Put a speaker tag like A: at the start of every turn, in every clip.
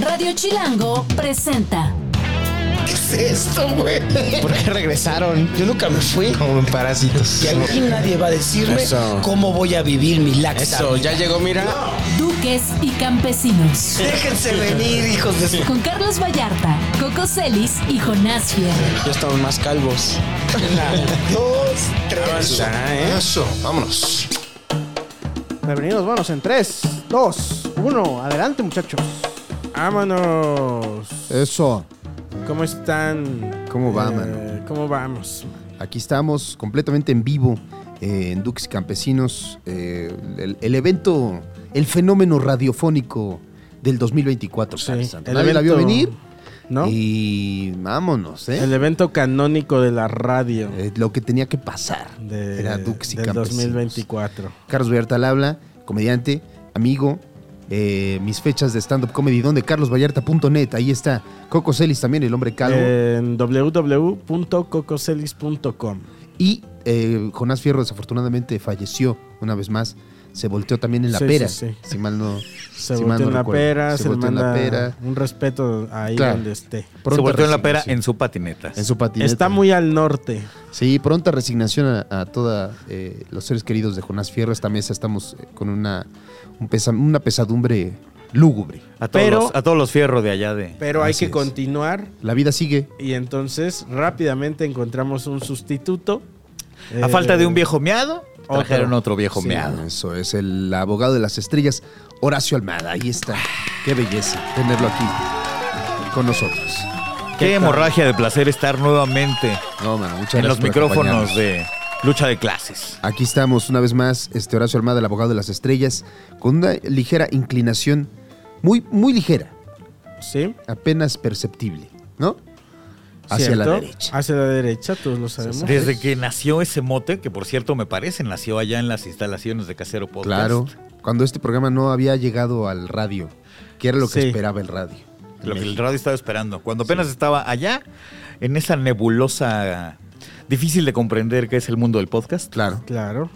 A: Radio Chilango presenta.
B: ¿Qué es esto, güey?
C: ¿Por qué regresaron?
B: Yo nunca me fui.
C: Como en parásitos.
B: Y aquí nadie va a decirme
C: Eso.
B: cómo voy a vivir mi laxa.
C: Eso, ya llegó, mira.
A: Duques y campesinos.
B: Déjense venir, hijos de su...
A: Con Carlos Vallarta, Coco Celis y Jonás Fierro.
C: Ya estamos más calvos.
B: Una, dos, tres.
C: Ya, ¿eh?
D: Eso, vámonos.
E: Bienvenidos, vamos en 3, 2, 1. Adelante, muchachos.
F: Vámonos.
D: Eso.
F: ¿Cómo están?
D: Eh. ¿Cómo va,
F: Eh,
D: mano?
F: ¿Cómo vamos?
D: Aquí estamos completamente en vivo eh, en Dux Campesinos. eh, el, el evento, el fenómeno radiofónico del 2024.
F: Sí,
D: Carlos Santana.
F: el
D: Nadie la vio
F: evento,
D: venir.
F: ¿No?
D: Y vámonos, ¿eh?
F: El evento canónico de la radio
D: Eh, Lo que tenía que pasar
F: de,
D: era Dux y
F: del
D: Campesinos.
F: 2024.
D: Carlos Vallarta al habla, comediante, amigo. eh, mis fechas de stand-up comedy, donde carlosvallarta.net. Ahí está Coco Celis también, el hombre calvo.
F: En www.cococelis.com.
D: Y eh, Jonás Fierro desafortunadamente falleció una vez más. Se volteó también en la
F: Sí,
D: pera.
F: sí, sí.
D: Si mal no.
F: Se
D: si
F: voltea
D: mal no
F: en la
D: recuerdo.
F: pera,
D: Se
F: se, le
D: volteó en la
F: manda
D: pera.
F: un respeto ahí
D: Claro.
F: donde esté.
D: Pronta
G: se volteó en la pera
D: resignación.
G: en su patineta.
D: En su patineta.
F: Está muy al norte.
D: Sí, pronta resignación a, a todos los seres queridos de Jonás Fierro. Esta mesa estamos eh, con una, un pesa- una pesadumbre lúgubre.
G: A todos,
F: Pero-
G: los, a todos los fierros de allá de.
F: Pero hay
D: Así
F: que
D: es.
F: continuar.
D: La vida sigue.
F: Y entonces rápidamente encontramos un sustituto.
G: a
F: Eh,
G: falta de un viejo meado,
F: otro.
G: trajeron otro viejo
D: Sí,
G: meado.
D: Eso es el abogado de las estrellas, Horacio Almada. Ahí está. Qué belleza tenerlo aquí con nosotros.
G: Qué hemorragia de placer estar nuevamente
D: No, mano, muchas
G: en
D: gracias
G: los
D: por acompañarnos.
G: micrófonos de lucha de clases.
D: Aquí estamos una vez más, este Horacio Armada, el abogado de las estrellas, con una ligera inclinación, muy, muy ligera,
F: Eh, Sí.
D: apenas perceptible, ¿no? Hacia
F: ¿Cierto? Ah,
D: la derecha.
F: Hacia la derecha, todos lo sabemos.
G: Desde que nació ese mote, que por cierto me parece nació allá en las instalaciones de Casero Podcast.
D: Claro, cuando este programa no había llegado al radio, que era lo que
F: Sí.
D: esperaba el radio. en
G: Lo que el
D: México.
G: radio estaba esperando. Cuando apenas estaba allá, en esa nebulosa difícil de comprender que es el mundo del podcast.
D: Claro.
F: Claro.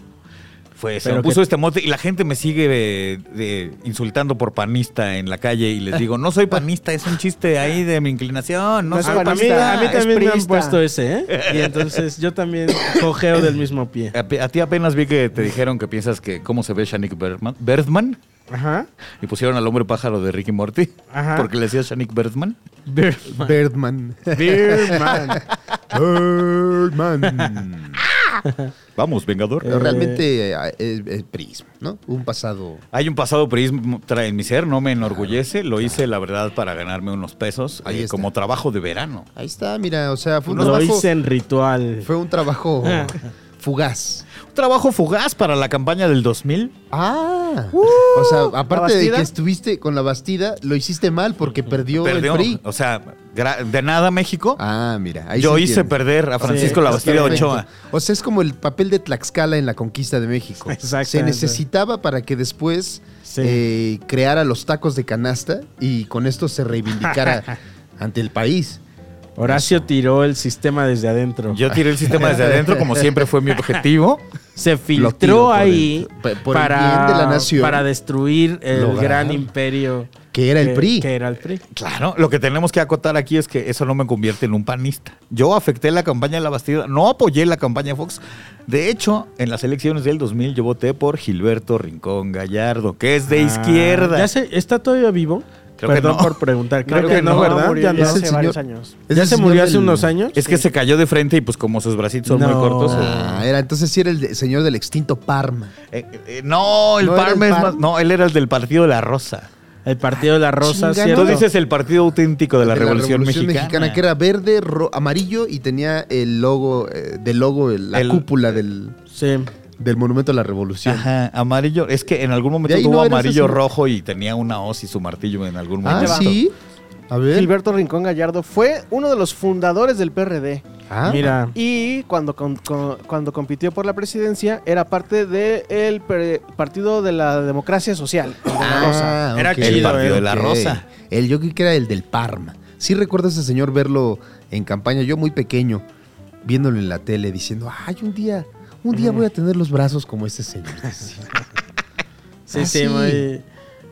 G: Fue, se
F: Pero
G: me puso
F: que-
G: este mote y la gente me sigue eh, de- insultando por panista en la calle y les digo, no soy panista, es un chiste ahí de mi inclinación, no,
E: No es
F: Ah,
G: soy
F: A mí,
E: panista,
G: panista.
F: a mí
E: es
F: también me han
E: priista.
F: puesto ese, ¿eh? Y entonces yo también cojeo del mismo pie.
G: A, a ti apenas vi que te dijeron que piensas que cómo se ve Shanik Bergman, Bergman,
F: Ajá.
G: y pusieron al hombre pájaro de Ricky Morty
F: Ajá.
G: porque le decía Shanik Bergman.
D: Birdman.
F: Birdman.
D: Birdman.
G: Vamos, Vengador.
D: Pero realmente eh, es, es prisma, ¿no? Un pasado.
G: Hay un pasado prisma tra- en mi ser, no me enorgullece, lo hice la verdad para ganarme unos pesos
D: Ahí
G: eh,
D: está.
G: como trabajo de verano.
D: Ahí está, mira, o sea, fue un
F: Lo
D: trabajo.
F: hice en ritual.
D: Fue un trabajo fugaz.
G: Un trabajo fugaz para la campaña del 2000.
D: Ah,
F: Uh,
D: o sea, aparte de
E: Bastida?
D: que estuviste con la Bastida, lo hiciste mal porque perdió,
G: Perdió,
D: el PRI.
G: o sea, gra- de nada México.
D: Ah, mira, ahí
G: Yo
D: se
G: hice
D: entiende.
G: perder a Francisco
F: Sí,
G: Labastida
D: Perfecto.
G: Ochoa.
D: O sea, es como el papel de Tlaxcala en la conquista de México.
F: Exactamente.
D: Se necesitaba para que después
F: Sí.
D: eh, creara los tacos de canasta y con esto se reivindicara ante el país.
F: Horacio tiró el sistema desde adentro.
G: Yo tiré el sistema desde adentro, como siempre fue mi objetivo.
F: Se
D: Lo tiro
F: filtró
D: por
F: ahí
D: el- por- por el
F: para,
D: bien de la nación.
F: para destruir el
D: Lograr.
F: gran imperio
D: Que era el
F: que-
D: PRI.
F: Que era el PRI.
G: Claro, lo que tenemos que acotar aquí es que eso no me convierte en un panista. Yo afecté la campaña de la Bastida, no apoyé la campaña de Fox. De hecho, en las elecciones del 2000 yo voté por Gilberto Rincón Gallardo, que es de
F: Ah,
G: izquierda.
F: ya sé, ¿Está todavía vivo?
G: Creo que
F: Perdón
G: no.
F: por preguntar. Creo,
G: Creo
F: que,
G: que
F: no,
G: no,
F: ¿verdad?
E: murió
F: ya
E: ya
F: no.
D: Es
E: hace
D: el señor-
E: varios años.
D: Es
F: ¿Ya
D: el
F: se
D: señor
F: murió hace
D: del-
F: unos años?
G: Es que se cayó de frente y pues como sus bracitos son muy
F: No.
G: cortos. eh,
D: Ah, era entonces sí era el de- señor del extinto Parma.
G: eh, eh, no, el
D: ¿No era el
G: Parma es
D: Parma?
G: más. No, él era el del Partido de la Rosa.
F: El partido de la rosa,
D: Chinga,
F: ¿cierto?
G: Tú dices el Partido Auténtico de la,
D: de
G: Revolución, Mexicana.
D: que era verde, ro- amarillo y tenía el logo, eh, del logo, el- la
G: El-
D: cúpula del,
F: Sí.
D: del Monumento a la Revolución.
G: Ajá, amarillo. Es que en algún
D: De
G: momento
D: ahí
G: tuvo
D: no eres
G: amarillo
D: así.
G: rojo y tenía una hoz y su martillo en algún
D: Ah,
G: momento.
E: va.
D: sí. A ver.
E: Gilberto Rincón Gallardo fue uno de los fundadores del PRD.
D: Ah,
F: Mira,
E: Y cuando, con- con- cuando compitió por la presidencia, era parte del Partido de la Democracia Social. el de la Rosa.
D: Ah,
F: Era
D: ok.
F: chido, ¿eh? El
G: partido de la
D: Ok.
G: Rosa.
D: El yo creo que era el del Parma. Sí recuerdo a ese señor verlo en campaña, yo muy pequeño, viéndolo en la tele diciendo, ay, un día, un día voy a tener los brazos como este señor.
F: sí,
D: Ah,
F: sí,
D: sí.
F: muy,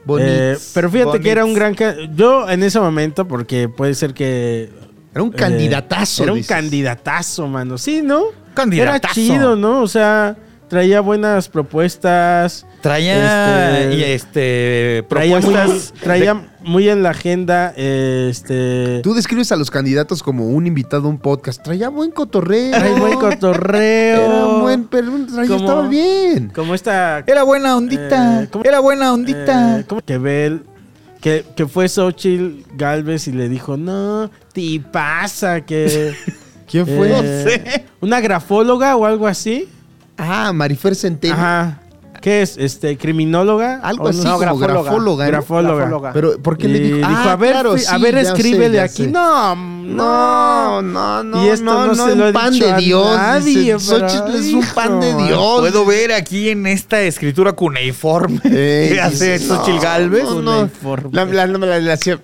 D: Bonitz.
F: Eh, pero fíjate
G: Bonitz.
F: que era un gran... ca- Yo en ese momento, porque puede ser que...
D: Era un
F: eh,
D: candidatazo.
F: Era un
D: dices.
F: candidatazo, mano. Sí, ¿no?
G: Candidatazo.
F: Era chido, ¿no? O sea, traía buenas propuestas.
G: Traía
F: Este-
G: y este,
F: Traía, muy,
G: propuestas.
F: traía muy en la agenda este
D: Tú describes a los candidatos como un invitado a un podcast. Traía buen cotorreo.
F: traía buen cotorreo
D: Era un buen, pero un- traía-
F: Como-
D: estaba bien.
F: como esta
G: de- Era buena ondita.
F: Eh, ¿cómo-
G: era buena ondita.
F: eh, ¿cómo? que Bel que, que fue Xochitl Galvez y le dijo no te pasa que
D: ¿Quién fue?
F: eh, una grafóloga o algo así
D: Ah, Marifer Centeno.
F: ajá ¿Qué es? Este, criminóloga. ¿O
D: Algo
F: no?
D: así como grafóloga, ¿no?
F: Grafóloga.
E: Grafóloga.
D: Pero, ¿por qué
F: Y
D: le dijo?
F: dijo,
D: Ah,
F: a ver,
D: claro,
F: fi- a
D: sí,
F: ver,
D: ya sé,
F: escríbele
D: ya
F: aquí.
D: sé.
F: No, no.
D: No, no, no.
F: Y esto no se lo he
D: un pan
F: dicho
D: de
F: a
D: Dios.
F: nadie,
D: dice,
F: pero,
D: Xochitl es un pan de
F: hijo,
D: Dios.
G: Ah, Puedo ver aquí en esta escritura cuneiforme
D: Eh,
G: que hace
D: dices, no,
G: Xochitl Galvez.
D: No, no.
F: Cuneiforme.
D: La, la- la- la- la hacía-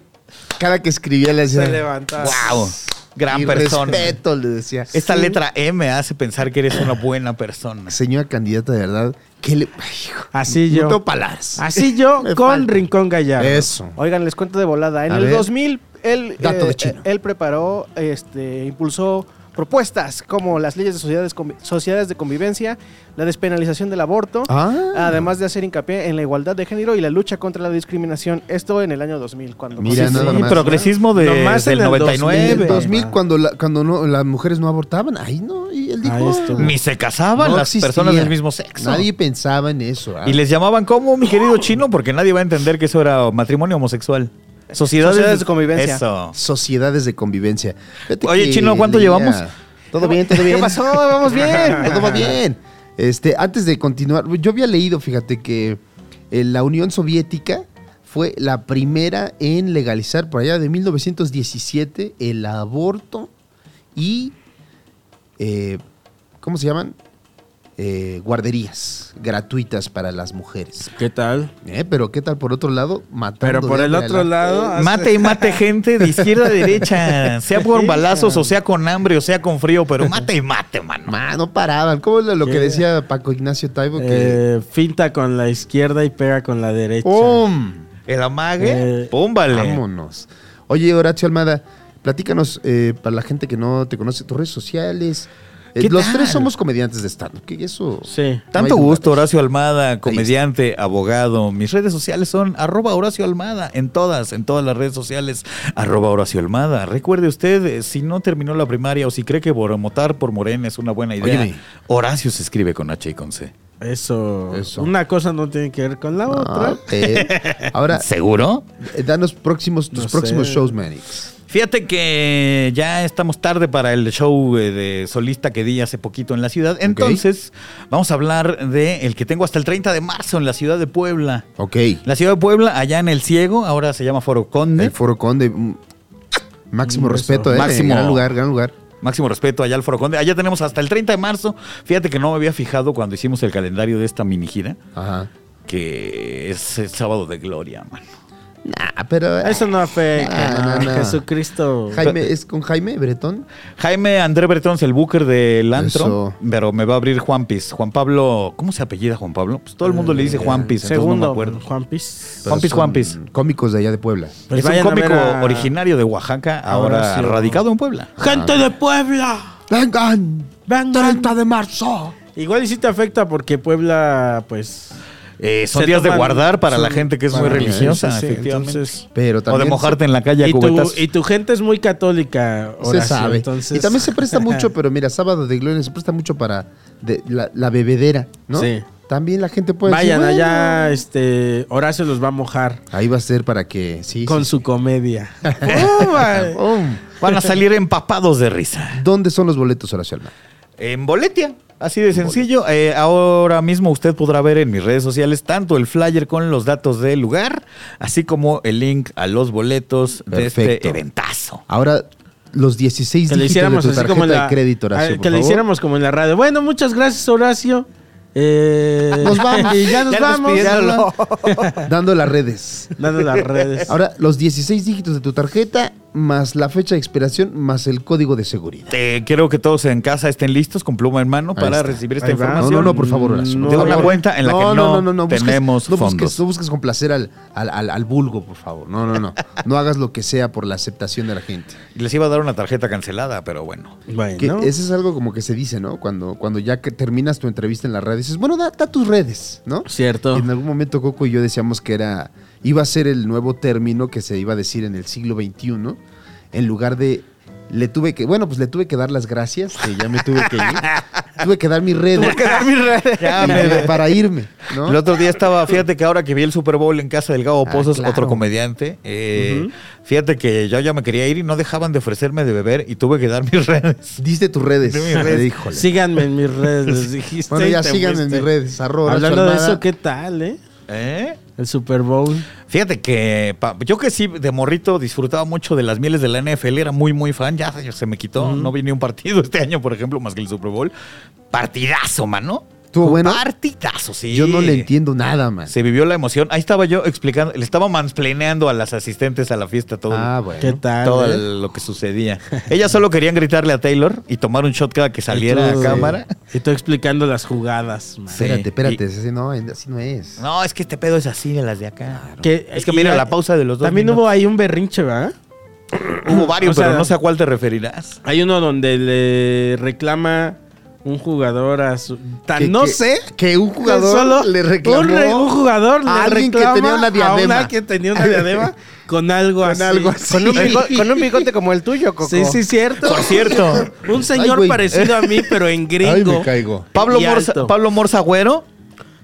D: cada que escribía le hacía.
F: Se levantaba.
G: Wow, gran
D: "Mi
G: persona.
D: respeto, le decía.
G: Esta letra E me hace pensar que eres una buena persona.
D: Señora candidata, de verdad, ¿qué le. Ay, hijo,
F: Así
D: no
F: yo.
D: tengo palabras.
F: Así yo
D: Me
F: con
D: falta.
F: Rincón Gallardo.
D: Eso.
E: Oigan, les cuento de volada. En
D: A
E: el
D: ver.
E: 2000, él,
D: Dato
E: eh,
D: de chino.
E: eh, él preparó, este, impulsó propuestas como las leyes de sociedades, convi- sociedades de convivencia, la despenalización del aborto,
D: Ah.
E: además de hacer hincapié en la igualdad de género y la lucha contra la discriminación. Esto en el año 2000, cuando...
D: Mira,
E: Sí,
D: nada
E: sí,
D: más.
G: progresismo de-
F: Nomás en
G: del
F: el
G: 99.
D: En el 2000,
F: 2000,
D: cuando, la- cuando no, las mujeres no abortaban, ahí no, y él dijo.
F: Ahí estuvo.
D: "Ah,
G: Ni se casaban
D: no
G: las
D: existía".
G: personas del mismo sexo.
D: Nadie pensaba en eso. ah.
G: Y les llamaban como mi querido chino porque nadie va a entender que eso era matrimonio homosexual. Sociedades,
E: Sociedades de convivencia.
G: Eso.
D: Sociedades de convivencia. Fíjate
G: Oye,
D: que
G: Chino, ¿cuánto llevamos?
D: Todo bien, todo bien.
E: ¿Qué pasó? Vamos bien.
D: Todo va bien. Este, antes de continuar, yo había leído, fíjate, que eh, la Unión Soviética fue la primera en legalizar por allá de 1917 el aborto y, eh, ¿cómo se llaman? Eh, guarderías gratuitas para las mujeres.
F: ¿Qué tal?
D: Eh, Pero ¿qué tal por otro lado? Matando
F: Pero por
D: de
F: el
D: hambre a
F: otro
D: la-
F: lado. hace-
G: Mate y mate gente de izquierda a derecha, sea por balazos o sea con hambre o sea con frío, pero mate y mate, mano.
D: Ma, no paraban. ¿Cómo es lo, lo que decía Paco Ignacio Taibo? Que... Oh.
F: eh, finta con la izquierda y pega con la derecha.
D: ¡Pum!
G: El amague,
F: Eh,
G: pum, vale.
D: Vámonos. Oye, Horacio Almada, platícanos eh, para la gente que no te conoce, tus redes sociales. Eh,
G: ¿Qué
D: los
G: tal?
D: tres somos comediantes de stand-up. que Eso.
F: Sí.
D: No
G: Tanto
D: hay
G: gusto,
D: dudas.
G: Horacio Almada, comediante, abogado. Mis redes sociales son arroba Horacio Almada, en todas, en todas las redes sociales, arroba Horacio Almada. Recuerde usted, eh, si no terminó la primaria o si cree que votar por Morena es una buena idea,
D: Óyeme.
G: Horacio se escribe con H y con C.
F: Eso,
D: Eso.
F: Una cosa no tiene que ver con la
D: Ah,
F: otra.
D: eh, ahora,
G: ¿Seguro?
D: eh, danos próximos, tus
F: No
D: próximos
F: sé.
D: shows, Manix.
G: Fíjate que ya estamos tarde para el show eh, de solista que di hace poquito en la ciudad. Entonces, vamos a hablar de el que tengo hasta el 30 de marzo en la ciudad de Puebla.
D: Ok.
G: La ciudad de Puebla, allá en El Ciego, ahora se llama Foro Conde.
D: El Foro Conde. mm, Máximo
F: Un beso.
D: respeto, ¿eh?
G: Máximo.
D: Gran lugar, gran lugar.
G: Máximo respeto allá al Foro Conde. Allá tenemos hasta el 30 de marzo. Fíjate que no me había fijado cuando hicimos el calendario de esta mini gira,
D: Ajá.
G: que es el sábado de gloria, man.
D: Nah, pero. eh,
F: Eso no afecta.
D: Ah,
F: no,
D: no, no.
F: Jesucristo.
D: Jaime, ¿es con Jaime Bretón?
G: Jaime André Bertrons, el booker del antro,
D: Eso.
G: pero me va a abrir Juan Piz. Juan Pablo, ¿cómo se apellida Juan Pablo? Pues todo el mundo le
D: Eh,
G: dice Juan Piz, entonces no me
F: Segundo,
G: acuerdo.
F: Juan Piz.
G: Juan Piz,
D: Son
G: Juan Piz.
D: Cómicos de allá de Puebla.
F: Pues
G: es un
F: vayan a
G: cómico
F: ver a-
G: originario de Oaxaca, ahora
F: Ahora sí.
G: radicado en Puebla.
F: ¡Gente de Puebla!
D: ¡Vengan!
F: ¡Vengan!
D: de marzo!
F: Igual y sí te afecta porque Puebla, pues.
G: Eh, son
F: se
G: días de
F: toman-
G: guardar para
F: son-
G: la gente que es muy
D: para mí,
G: religiosa,
F: sí, sí,
G: efectivamente.
F: entonces-
D: Pero
G: o de
D: también
G: mojarte en la calle a
F: Y tu,
G: cubetazos.
F: y tu gente es muy católica.
D: se, se
F: Horacio,
D: sabe.
F: entonces-
D: Y también se presta mucho, pero mira, sábado de gloria se presta mucho para de- la, la bebedera, ¿no?
F: Sí.
D: También la gente puede
F: Vayan
D: decir, bueno,
F: allá, este. Horacio los va a mojar
D: Ahí va a ser para que sí.
F: con
D: sí,
F: su comedia. ¡Oh,
D: sí.
F: man!
D: Um,
G: Van a salir empapados de risa.
D: ¿Dónde son los boletos, Horacio Alma?
G: En Boletia. Así de sencillo. Eh, ahora mismo usted podrá ver en mis redes sociales tanto el flyer con los datos del lugar, así como el link a los boletos de este
D: Perfecto.
G: eventazo.
D: Ahora, los 16
F: que le
D: dígitos
F: hiciéramos
D: de tu
F: así como
D: tarjeta
F: en la,
D: de crédito,
F: a- que
D: Horacio, por
F: le
D: favor.
F: hiciéramos como en la radio. Bueno, muchas gracias, Horacio. Eh,
D: Nos vamos.
F: Y ya nos
G: Ya nos
F: vamos.
G: pidieron.
F: Ya nos vamos.
D: Dando las redes.
F: Dando las redes.
D: Ahora, los 16 dígitos de tu tarjeta más la fecha de expiración, más el código de seguridad.
G: Te- creo Eh, que todos en casa estén listos con pluma en mano
D: Ahí
G: para
D: está.
G: recibir esta
F: Ahí va.
D: No,
G: información.
D: no, no, por favor, Horacio.
G: No,
D: por
G: de una
D: favor.
G: cuenta en la que no,
D: busques-
G: tenemos
D: no
G: fondos.
D: busques, no busques complacer al, al, al- al vulgo, por favor. No, no, no. No hagas lo que sea por la aceptación de la gente.
G: Les iba a dar una tarjeta cancelada, pero bueno.
D: Que
F: Bueno.
D: Eso es algo como que se dice, ¿no? Cuando, cuando ya que terminas tu entrevista en la red, dices, bueno, da, da tus redes, ¿no?
F: Cierto.
D: En algún momento Coco y yo decíamos que era iba a ser el nuevo término que se iba a decir en el siglo XXI, en lugar de le tuve que, bueno, pues le tuve que dar las gracias, que ya me tuve que ir, tuve que dar mis redes
G: Ya,
D: para-
G: me-
D: para irme, ¿no?
G: El otro día estaba, fíjate que ahora que vi el Super Bowl en casa del Gabo
D: Ah,
G: Pozos,
D: claro.
G: otro comediante, eh, fíjate que yo ya me quería ir y no dejaban de ofrecerme de beber y tuve que dar mis redes.
D: Diste tus redes.
G: De mis redes.
D: Híjole.
F: Síganme en mis redes, les dijiste.
D: bueno,
F: y
D: ya
F: te
D: sigan en
F: fuiste.
D: mis redes, arroba Horacio
F: Hablando de
D: Almada.
F: eso, ¿qué tal, eh?
G: ¿Eh?
F: El Super Bowl.
G: Fíjate que pa- yo que sí, de morrito disfrutaba mucho de las mieles de la NFL, era muy, muy fan, ya se- se me quitó, no vi ni un partido este año, por ejemplo, más que el Super Bowl. Partidazo, mano.
D: ¿Estuvo bueno?
G: Partidazo, sí.
D: Yo no le entiendo nada, man.
G: Se vivió la emoción. Ahí estaba yo explicando, le estaba mansplaneando a las asistentes a la fiesta todo.
D: Ah, bueno.
F: ¿Qué tal?
G: todo
F: eh?
G: el- lo que sucedía. Ellas solo querían gritarle a Taylor y tomar un shot cada que saliera
F: Y
G: a
F: tú- eh,
G: cámara.
F: Y tú explicando las jugadas, man.
G: Sí.
D: Espérate, espérate,
G: Y-
D: así no, así no es.
G: No, es que este pedo es así de las de acá.
F: Que-
G: es que
F: y
G: mira
F: hay-
G: la pausa de los dos.
F: También
G: minutos.
F: hubo ahí un berrinche, ¿verdad?
G: Hubo varios,
F: o sea,
G: pero no sé a cuál te referirás.
F: Hay uno donde le reclama un jugador a su. Tan,
D: Que-
F: no
D: que-
F: sé.
D: Que un jugador
F: solo
D: le reclamó
F: Un, re- un jugador le
D: a alguien que
F: reclama
D: tenía una
F: a
D: diadema.
F: una que tenía una diadema con algo
D: Con
F: así.
D: algo así.
F: Con un bigote.
E: Con un bigote como el tuyo, Coco.
F: Sí, sí, cierto.
G: Por cierto,
F: Un señor
D: güey.
F: parecido a mí, pero en
D: Ay,
F: gringo.
D: me caigo.
G: Pablo
F: Y
G: Morza,
F: alto.
G: Pablo Morza Agüero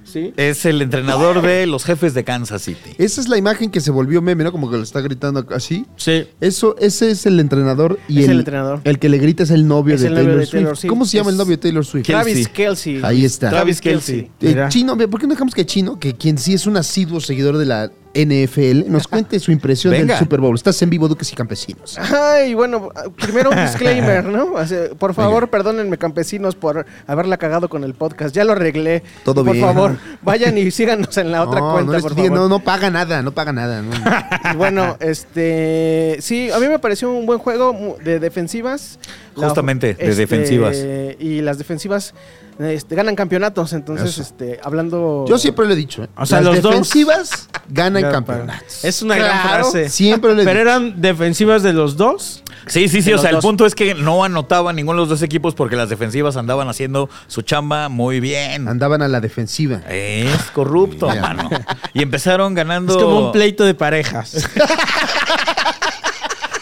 F: Sí.
G: es el entrenador de los jefes de Kansas City.
D: Esa es la imagen que se volvió meme, ¿no? Como que lo está gritando así.
F: Sí.
D: Eso, ese es el entrenador y
E: Es
D: el,
E: el entrenador.
D: el que le grita es el novio,
E: Es
D: de,
E: el novio
D: Taylor
E: de Taylor,
D: Swift.
E: sí.
D: ¿Cómo se llama el
E: Es
D: novio de Taylor Swift?
E: Travis Kelsey.
D: Ahí está.
G: Travis Kelsey.
D: Eh,
F: Mira.
D: Chino, ve, ¿por qué no dejamos que Chino, que quien sí es un asiduo seguidor de la NFL, nos cuente su impresión del
G: Venga.
D: Super Bowl? Estás en vivo, Duques y Campesinos.
E: Ah, Ay, bueno, primero un disclaimer, ¿no? O sea, por favor, perdónenme, campesinos, por haberla cagado con el podcast. Ya lo arreglé.
D: Todo
E: por
D: bien.
E: Por favor, vayan y síganos en la otra
D: no,
E: cuenta,
D: no, les
E: por
D: diga-
E: favor.
D: no, no paga nada, no paga nada. no.
E: Y bueno, este. Sí, a mí me pareció un buen juego mu- de defensivas. La- este,
G: Justamente, de defensivas.
E: Y las defensivas este, ganan campeonatos, entonces,
D: Eso.
E: este, hablando.
D: Yo siempre lo he dicho. ¿eh?
F: O sea,
D: Las
F: los dos-
D: defensivas ganan
F: Ya,
D: campeonatos.
F: Es una gran
E: Claro.
F: frase.
D: Siempre lo he
F: Pero
D: dicho.
F: eran defensivas de los dos.
G: Sí, sí, sí.
F: De
G: O sea,
F: los
G: el
F: dos.
G: punto es que no anotaba ninguno de los dos equipos porque las defensivas andaban haciendo su chamba muy bien.
D: Andaban a la defensiva.
G: Es corrupto,
D: Mira.
G: mano. Y empezaron ganando.
F: Es como un pleito de parejas.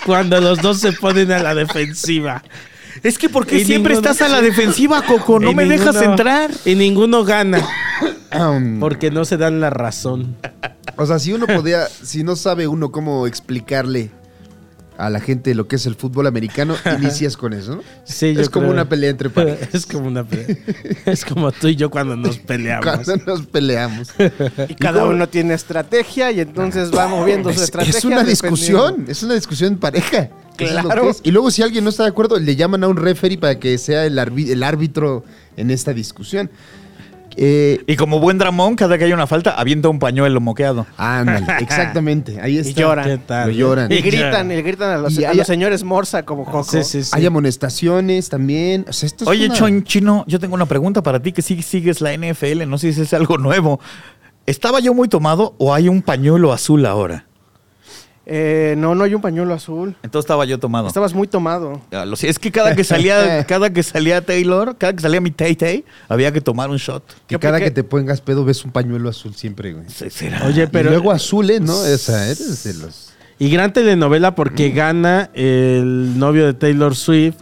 F: Cuando los dos se ponen a la defensiva.
G: Es que porque
F: Y
G: siempre
F: ninguno-
G: estás a la defensiva,
D: Pues
G: Coco. No
F: Y
G: me
F: ninguno-
G: dejas entrar.
F: Y ninguno gana.
D: Ahm,
F: Porque no se dan la razón.
D: o sea, si uno podía, si no sabe uno cómo explicarle a la gente lo que es el fútbol americano, inicias con eso, ¿no?
F: Sí, yo
D: es como
F: creo.
D: una pelea entre parejas.
F: Es como una pelea. Es como tú y yo cuando nos peleamos.
D: Cuando nos peleamos.
E: Y cada uno tiene estrategia y entonces va moviendo su
D: Es,
E: estrategia.
D: es una
E: dependiendo.
D: discusión, es una discusión en pareja. Eso es lo
E: Claro.
D: que es. Y luego si alguien no está de acuerdo, le llaman a un referee para que sea el, arbi- el árbitro en esta discusión. Eh,
G: Y como buen dramón, cada que hay una falta, avienta un pañuelo moqueado.
D: ándale, exactamente, ahí está.
E: lloran.
F: ¿Qué tal?
D: Lo lloran.
E: Y gritan, y gritan a los,
D: Y
E: a
D: hay-
E: los señores Morsa como Coco.
F: Sí, sí, sí.
D: Hay amonestaciones también. O sea, esto es
G: Oye,
D: una-
G: Chon Chino, yo tengo una pregunta para ti que sí sigues la NFL. No sé si es algo nuevo. ¿Estaba yo muy tomado o hay un pañuelo azul ahora?
E: Eh, no, no hay un pañuelo azul.
G: Entonces estaba yo tomado.
E: Estabas muy tomado.
G: Ah, lo sé. Es que cada que salía, cada que salía Taylor, cada que salía mi Tay Tay, había que tomar un shot.
D: Que cada que te pongas pedo ves un pañuelo azul siempre, güey.
G: Se- será.
F: Oye,
D: Pero,
F: pero.
D: y luego azul, ¿eh? ¿no? Esa, eres de los...
F: Y gran telenovela
D: Mm.
F: porque gana el novio de Taylor Swift.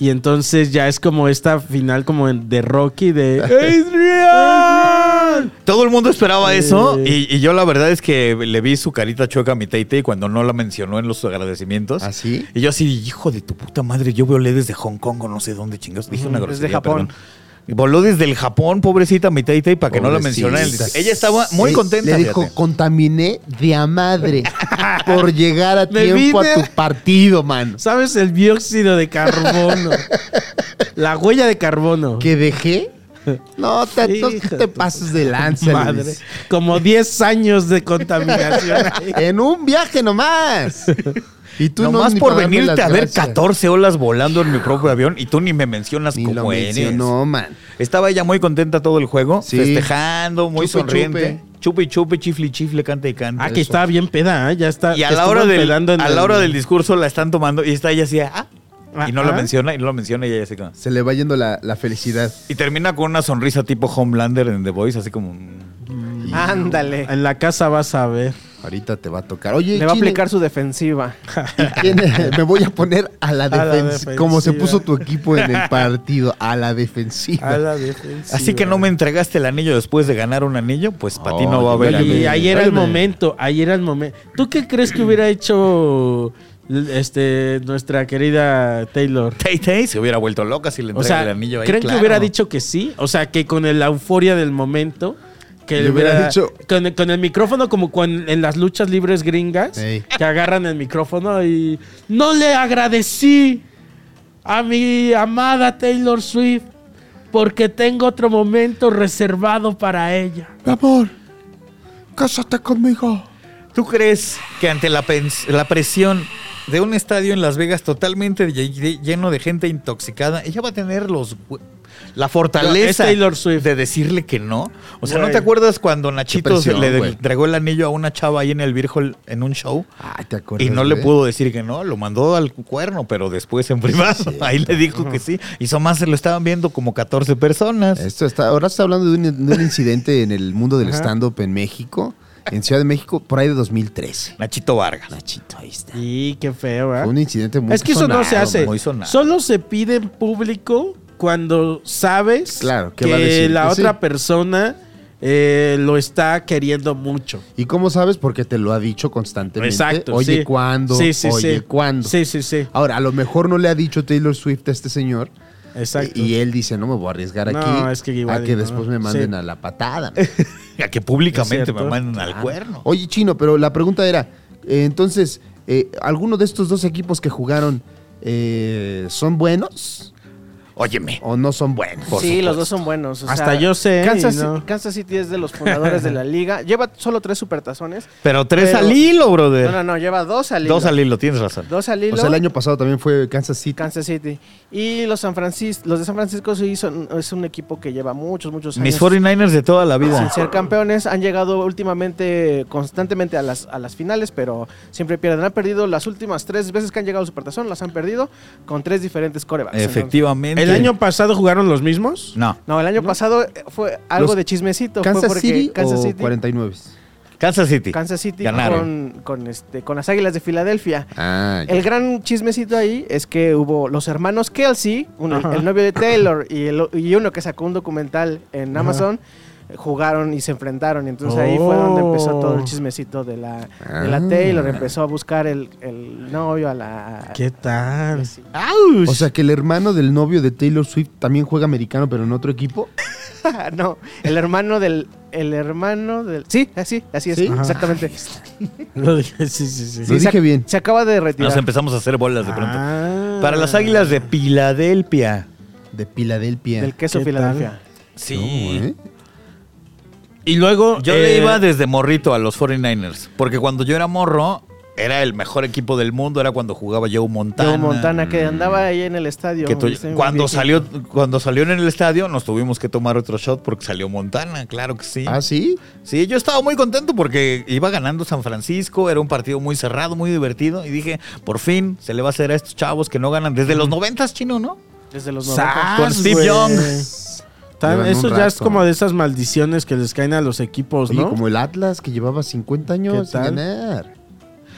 F: Y entonces ya es como esta final como en- de Rocky de ¡Adrián!
G: Todo el mundo esperaba eso
F: Eh.
G: y, y yo la verdad es que le vi su carita chueca a mi Tay cuando no la mencionó en los agradecimientos.
D: ¿Ah, sí?
G: Y yo así, hijo de tu puta madre, yo volé desde Hong Kong o no sé dónde chingados. Dije una
E: Ujú,
G: grosería,
E: desde Japón.
G: perdón. Voló desde el Japón, pobrecita mi Tay para que no la
D: Pobrecita.
G: mencionara. en el- Ella estaba muy
D: Le-
G: contenta.
D: Le dijo,
G: fíjate.
D: contaminé de a madre por llegar a
F: Me
D: tiempo a
F: vine-
D: tu partido, man.
F: ¿Sabes el dióxido de carbono? La huella de carbono.
D: Que dejé No te, no
F: Hijo de
D: te
F: tu
D: pases de lanza.
F: Madre.
D: Luis.
F: Como 10 años de contaminación. ahí.
D: En un viaje nomás. Y tú
G: Nomás
D: ni
G: por
D: para darme
G: venirte
D: las
G: a ver
D: gracias.
G: 14 olas volando en mi propio avión y tú ni me mencionas
D: Ni lo
G: cómo eres.
D: mencionó, man.
G: Estaba ella muy contenta todo el juego,
D: Sí.
G: festejando, muy
D: Chupe,
G: sonriente. Chupe, chupe, chifle, chifle, cante y cante.
F: Ah, que estaba bien peda, ¿eh? ya está.
G: y a
F: que
G: la, hora
F: estuvo
G: del,
F: pedando en
G: a
F: el-
G: la hora del discurso la están tomando y está ella así, ah, y no lo
F: Ah,
G: menciona, y no lo menciona, y ella así como-
D: Se le va yendo la, la felicidad.
G: Y termina con una sonrisa tipo Homelander en The Voice, así como... mm,
E: Ándale.
F: En la casa vas a ver.
D: Ahorita te va a tocar. Oye,
E: Le va a
D: ¿quién-
E: aplicar su defensiva.
D: quién- me voy a poner a la,
F: la
D: defensiva. Como se
F: defensiva.
D: puso tu equipo en el partido, a la defensiva.
G: así que no me entregaste el anillo después de ganar un anillo, pues para ti no va a haber
D: Oye,
G: anillo.
F: Y
D: Espérame,
F: ahí era el
D: espérame.
F: momento, ahí era el momento. ¿Tú qué crees que hubiera hecho este nuestra querida Taylor?
G: Tay Tay se hubiera vuelto loca si le
F: O
G: entrega
F: sea,
G: el anillo ahí.
F: ¿creen
G: claro.
F: que hubiera dicho que sí? O sea, que con el- la euforia del momento, que
D: Le hubiera dicho-
F: Con, el- con el micrófono, como cuando en las luchas libres gringas,
D: Ey.
F: que agarran el micrófono y. ¡No le agradecí a mi amada Taylor Swift! Porque tengo otro momento reservado para ella.
G: ¿Tú crees que ante la, pens- la presión de un estadio en Las Vegas totalmente lle- lle- lleno de gente intoxicada, ella va a tener los hue- la
F: No, es
G: fortaleza
F: Taylor Swift.
G: de decirle que no? O sea, ¿no
F: Güey.
G: te acuerdas cuando Nachito se-
D: presión,
G: le de-
D: güey.
G: entregó el anillo a una chava ahí en el Virgo en un show?
D: Ay, ¿te acuerdas,
G: Y no le
D: güey?
G: pudo decir que no, lo mandó al cuerno, pero después en privado. Ahí le dijo que sí. Y más se lo estaban viendo como 14 personas.
D: Esto está, ahora está hablando de un, de un incidente en el mundo del stand-up en México, en Ciudad de México, por ahí de 2013.
G: Nachito Vargas.
D: Nachito, ahí está.
F: Y qué feo, ¿eh?
D: Fue un incidente muy
F: es que eso no se
D: sonado,
F: hace.
D: muy-
G: muy sonado.
F: Solo se pide en público cuando sabes
D: Claro, ¿qué
F: que
D: va a decir? Pues
F: la
D: Sí.
F: otra persona eh, lo está queriendo mucho.
D: ¿Y cómo sabes? Porque te lo ha dicho constantemente.
F: Exacto.
D: Oye,
F: sí.
D: ¿cuándo?
F: Sí, sí,
D: Oye,
F: sí.
D: ¿cuándo?
F: Sí, sí, sí.
D: Ahora, a lo mejor no le ha dicho Taylor Swift a este señor.
F: Exacto.
D: Y él dice, no me voy a arriesgar
F: No,
D: aquí
F: es que igual
D: a que
F: no.
D: después me manden
F: Sí.
D: a la patada.
G: A que públicamente
F: Es
G: me
F: cierto.
G: mandan al cuerno.
D: Oye, Chino, pero la pregunta era, eh, entonces, eh, ¿alguno de estos dos equipos que jugaron eh, son buenos
G: Óyeme.
D: o no son buenos?
E: sí, los dos son buenos. o
F: Hasta
E: sea,
F: yo sé,
E: Kansas,
F: y no.
E: Kansas City es de los fundadores de la liga. Lleva solo tres supertazones.
G: Pero tres
E: Pero-
G: al hilo, brother.
E: No, no, no, lleva dos al hilo.
G: Dos al hilo, tienes razón.
E: Dos al hilo.
D: O sea, el año pasado también fue Kansas City.
E: Kansas City. Y los San Francisco, los de San Francisco sí son, es un equipo que lleva muchos, muchos años.
G: Mis 49ers de toda la vida.
E: Sin ser campeones, han llegado últimamente constantemente a las, a las finales, pero siempre pierden. Han perdido las últimas tres veces que han llegado a Supertazón, las han perdido con tres diferentes corebacks.
G: Efectivamente.
F: ¿El año pasado jugaron los mismos?
G: No.
E: Entonces, no, el año pasado eh, fue algo
D: Los-
E: de chismecito. fue
D: Kansas
E: porque
D: City
E: Kansas
D: o
E: City,
D: 49.
G: Kansas City.
E: Kansas City
G: Ganaron.
E: con, con, este, con las Águilas de Filadelfia.
D: Ah, ya.
E: El gran chismecito ahí es que hubo los hermanos Kelsey, uno-
F: Ajá.
E: el novio de Taylor y, el- y uno que sacó un documental en Amazon, jugaron y se enfrentaron. Y Entonces ahí fue donde empezó todo el
F: Oh.
E: chismecito de la, de la
D: Ah.
E: Taylor. Empezó a buscar el, el novio a la...
F: ¿Qué tal?
E: Sí.
D: o sea, que el hermano del novio de Taylor Swift también juega americano, pero en otro equipo.
E: no, el hermano del... El hermano del... Sí, así, así es,
D: ¿Sí? Ajá.
E: exactamente.
F: Lo dije, sí, sí, sí.
D: Lo dije
E: se, ac-
D: bien.
E: Se acaba de retirar.
G: Nos empezamos a hacer bolas de pronto.
F: Ah.
G: Para las águilas de Filadelfia.
D: De Filadelfia.
E: Del queso
F: ¿Qué
E: Filadelfia.
G: Sí.
D: No, ¿eh?
F: Y luego.
G: Yo
F: eh,
G: le iba desde morrito a los 49ers. Porque cuando yo era morro, era el mejor equipo del mundo. Era cuando jugaba Joe Montana. Mm.
E: Joe Montana, que andaba ahí en el estadio.
G: Que tú-
E: Ese
G: cuando
E: viejito.
G: salió cuando salió en el estadio nos tuvimos que tomar otro shot porque salió Montana, claro que sí.
D: Ah, sí.
G: Sí, yo estaba muy contento porque iba ganando San Francisco, era un partido muy cerrado, muy divertido y dije, por fin se le va a hacer a estos chavos que no ganan desde los noventas chino, ¿no?
E: Desde los 90.
F: Sas,
G: Con Steve
F: güey.
G: Young.
F: Tan-
D: Llevan un
F: eso ya es
D: rato.
F: como de esas maldiciones que les caen a los equipos,
D: Oye,
F: ¿no?
D: como el Atlas que llevaba 50 años
F: ¿Qué
D: sin
F: tal?
D: ganar.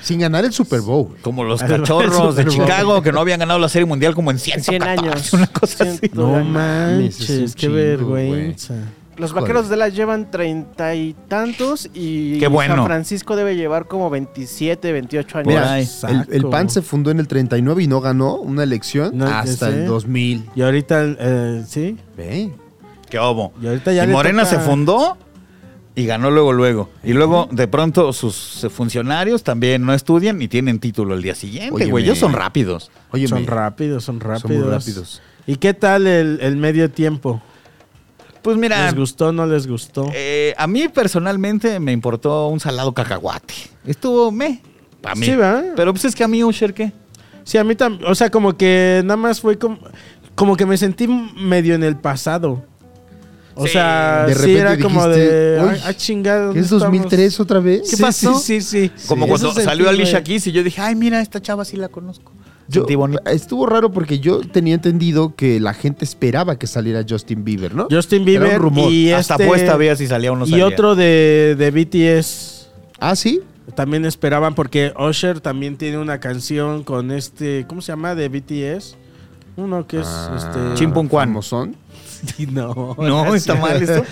D: Sin ganar el Super Bowl.
G: Como los
F: Ajá.
G: cachorros de
F: Super Bowl.
G: Chicago que no habían ganado la Serie Mundial como en 100
E: 100 años.
G: una cosa así.
E: 100
F: No
E: años.
F: manches,
D: es un
F: qué
D: chingo,
F: vergüenza.
E: Los vaqueros de la llevan treinta y tantos y
G: Qué bueno.
E: San Francisco debe llevar como 27, 28 años.
D: Mira,
G: ahí.
D: el, el
F: Saco.
D: PAN se fundó en el 39 y no ganó una elección
F: No, ya
D: hasta
F: sé.
D: el 2000.
F: Y ahorita, eh, sí.
D: Ve.
G: Qué obo.
F: Y ahorita ya le
G: Morena
F: toca-
G: se fundó y ganó luego luego. Y luego de pronto sus eh, funcionarios también no estudian y tienen título al día siguiente,
D: Óyeme.
G: güey. Ellos son rápidos.
D: Oye,
F: son
D: me-
F: rápidos, son
D: muy
F: rápidos.
D: rápidos.
F: ¿Y qué tal el, el medio tiempo?
G: Pues mira,
F: ¿Les gustó no les gustó?
G: eh, a mí personalmente me importó un salado cacahuate. Estuvo me. Para mí.
F: Sí, ¿verdad?
G: Pero pues es que a mí Usher, ¿qué?
F: Sí, a mí también. O sea, como que nada más fue como, como que me sentí medio en el pasado. O
G: Sí.
F: sea,
D: De
F: sí era
D: repente
F: como
D: dijiste,
F: de.
D: "Uy,
F: ah, ah, chingada,
D: ¿Qué
F: ¿dónde
D: es 2003
F: estamos?"
D: otra vez?
F: ¿Qué
D: Sí,
F: pasó?
D: sí, sí.
F: Sí, sí.
G: Como
F: Eso
G: cuando
F: sentí,
G: salió Alicia
F: güey.
G: Keys y yo dije, ay, mira, esta chava sí la conozco.
D: Yo-
G: Sentí bonito.
D: estuvo raro porque yo tenía entendido que la gente esperaba que saliera Justin Bieber, ¿no?
F: Justin
D: Era un
F: Bieber
D: rumor.
F: y
G: Hasta
F: este-
G: apuesta había si salía o no
F: y
G: salía.
F: otro de, de BTS.
D: Ah, sí.
F: También esperaban porque Usher también tiene una canción con este, ¿cómo se llama? De BTS. Uno que es
D: Ah.
F: este
G: Chimpun Kwan.
D: son?
F: Sí, No.
G: No, está mal esto.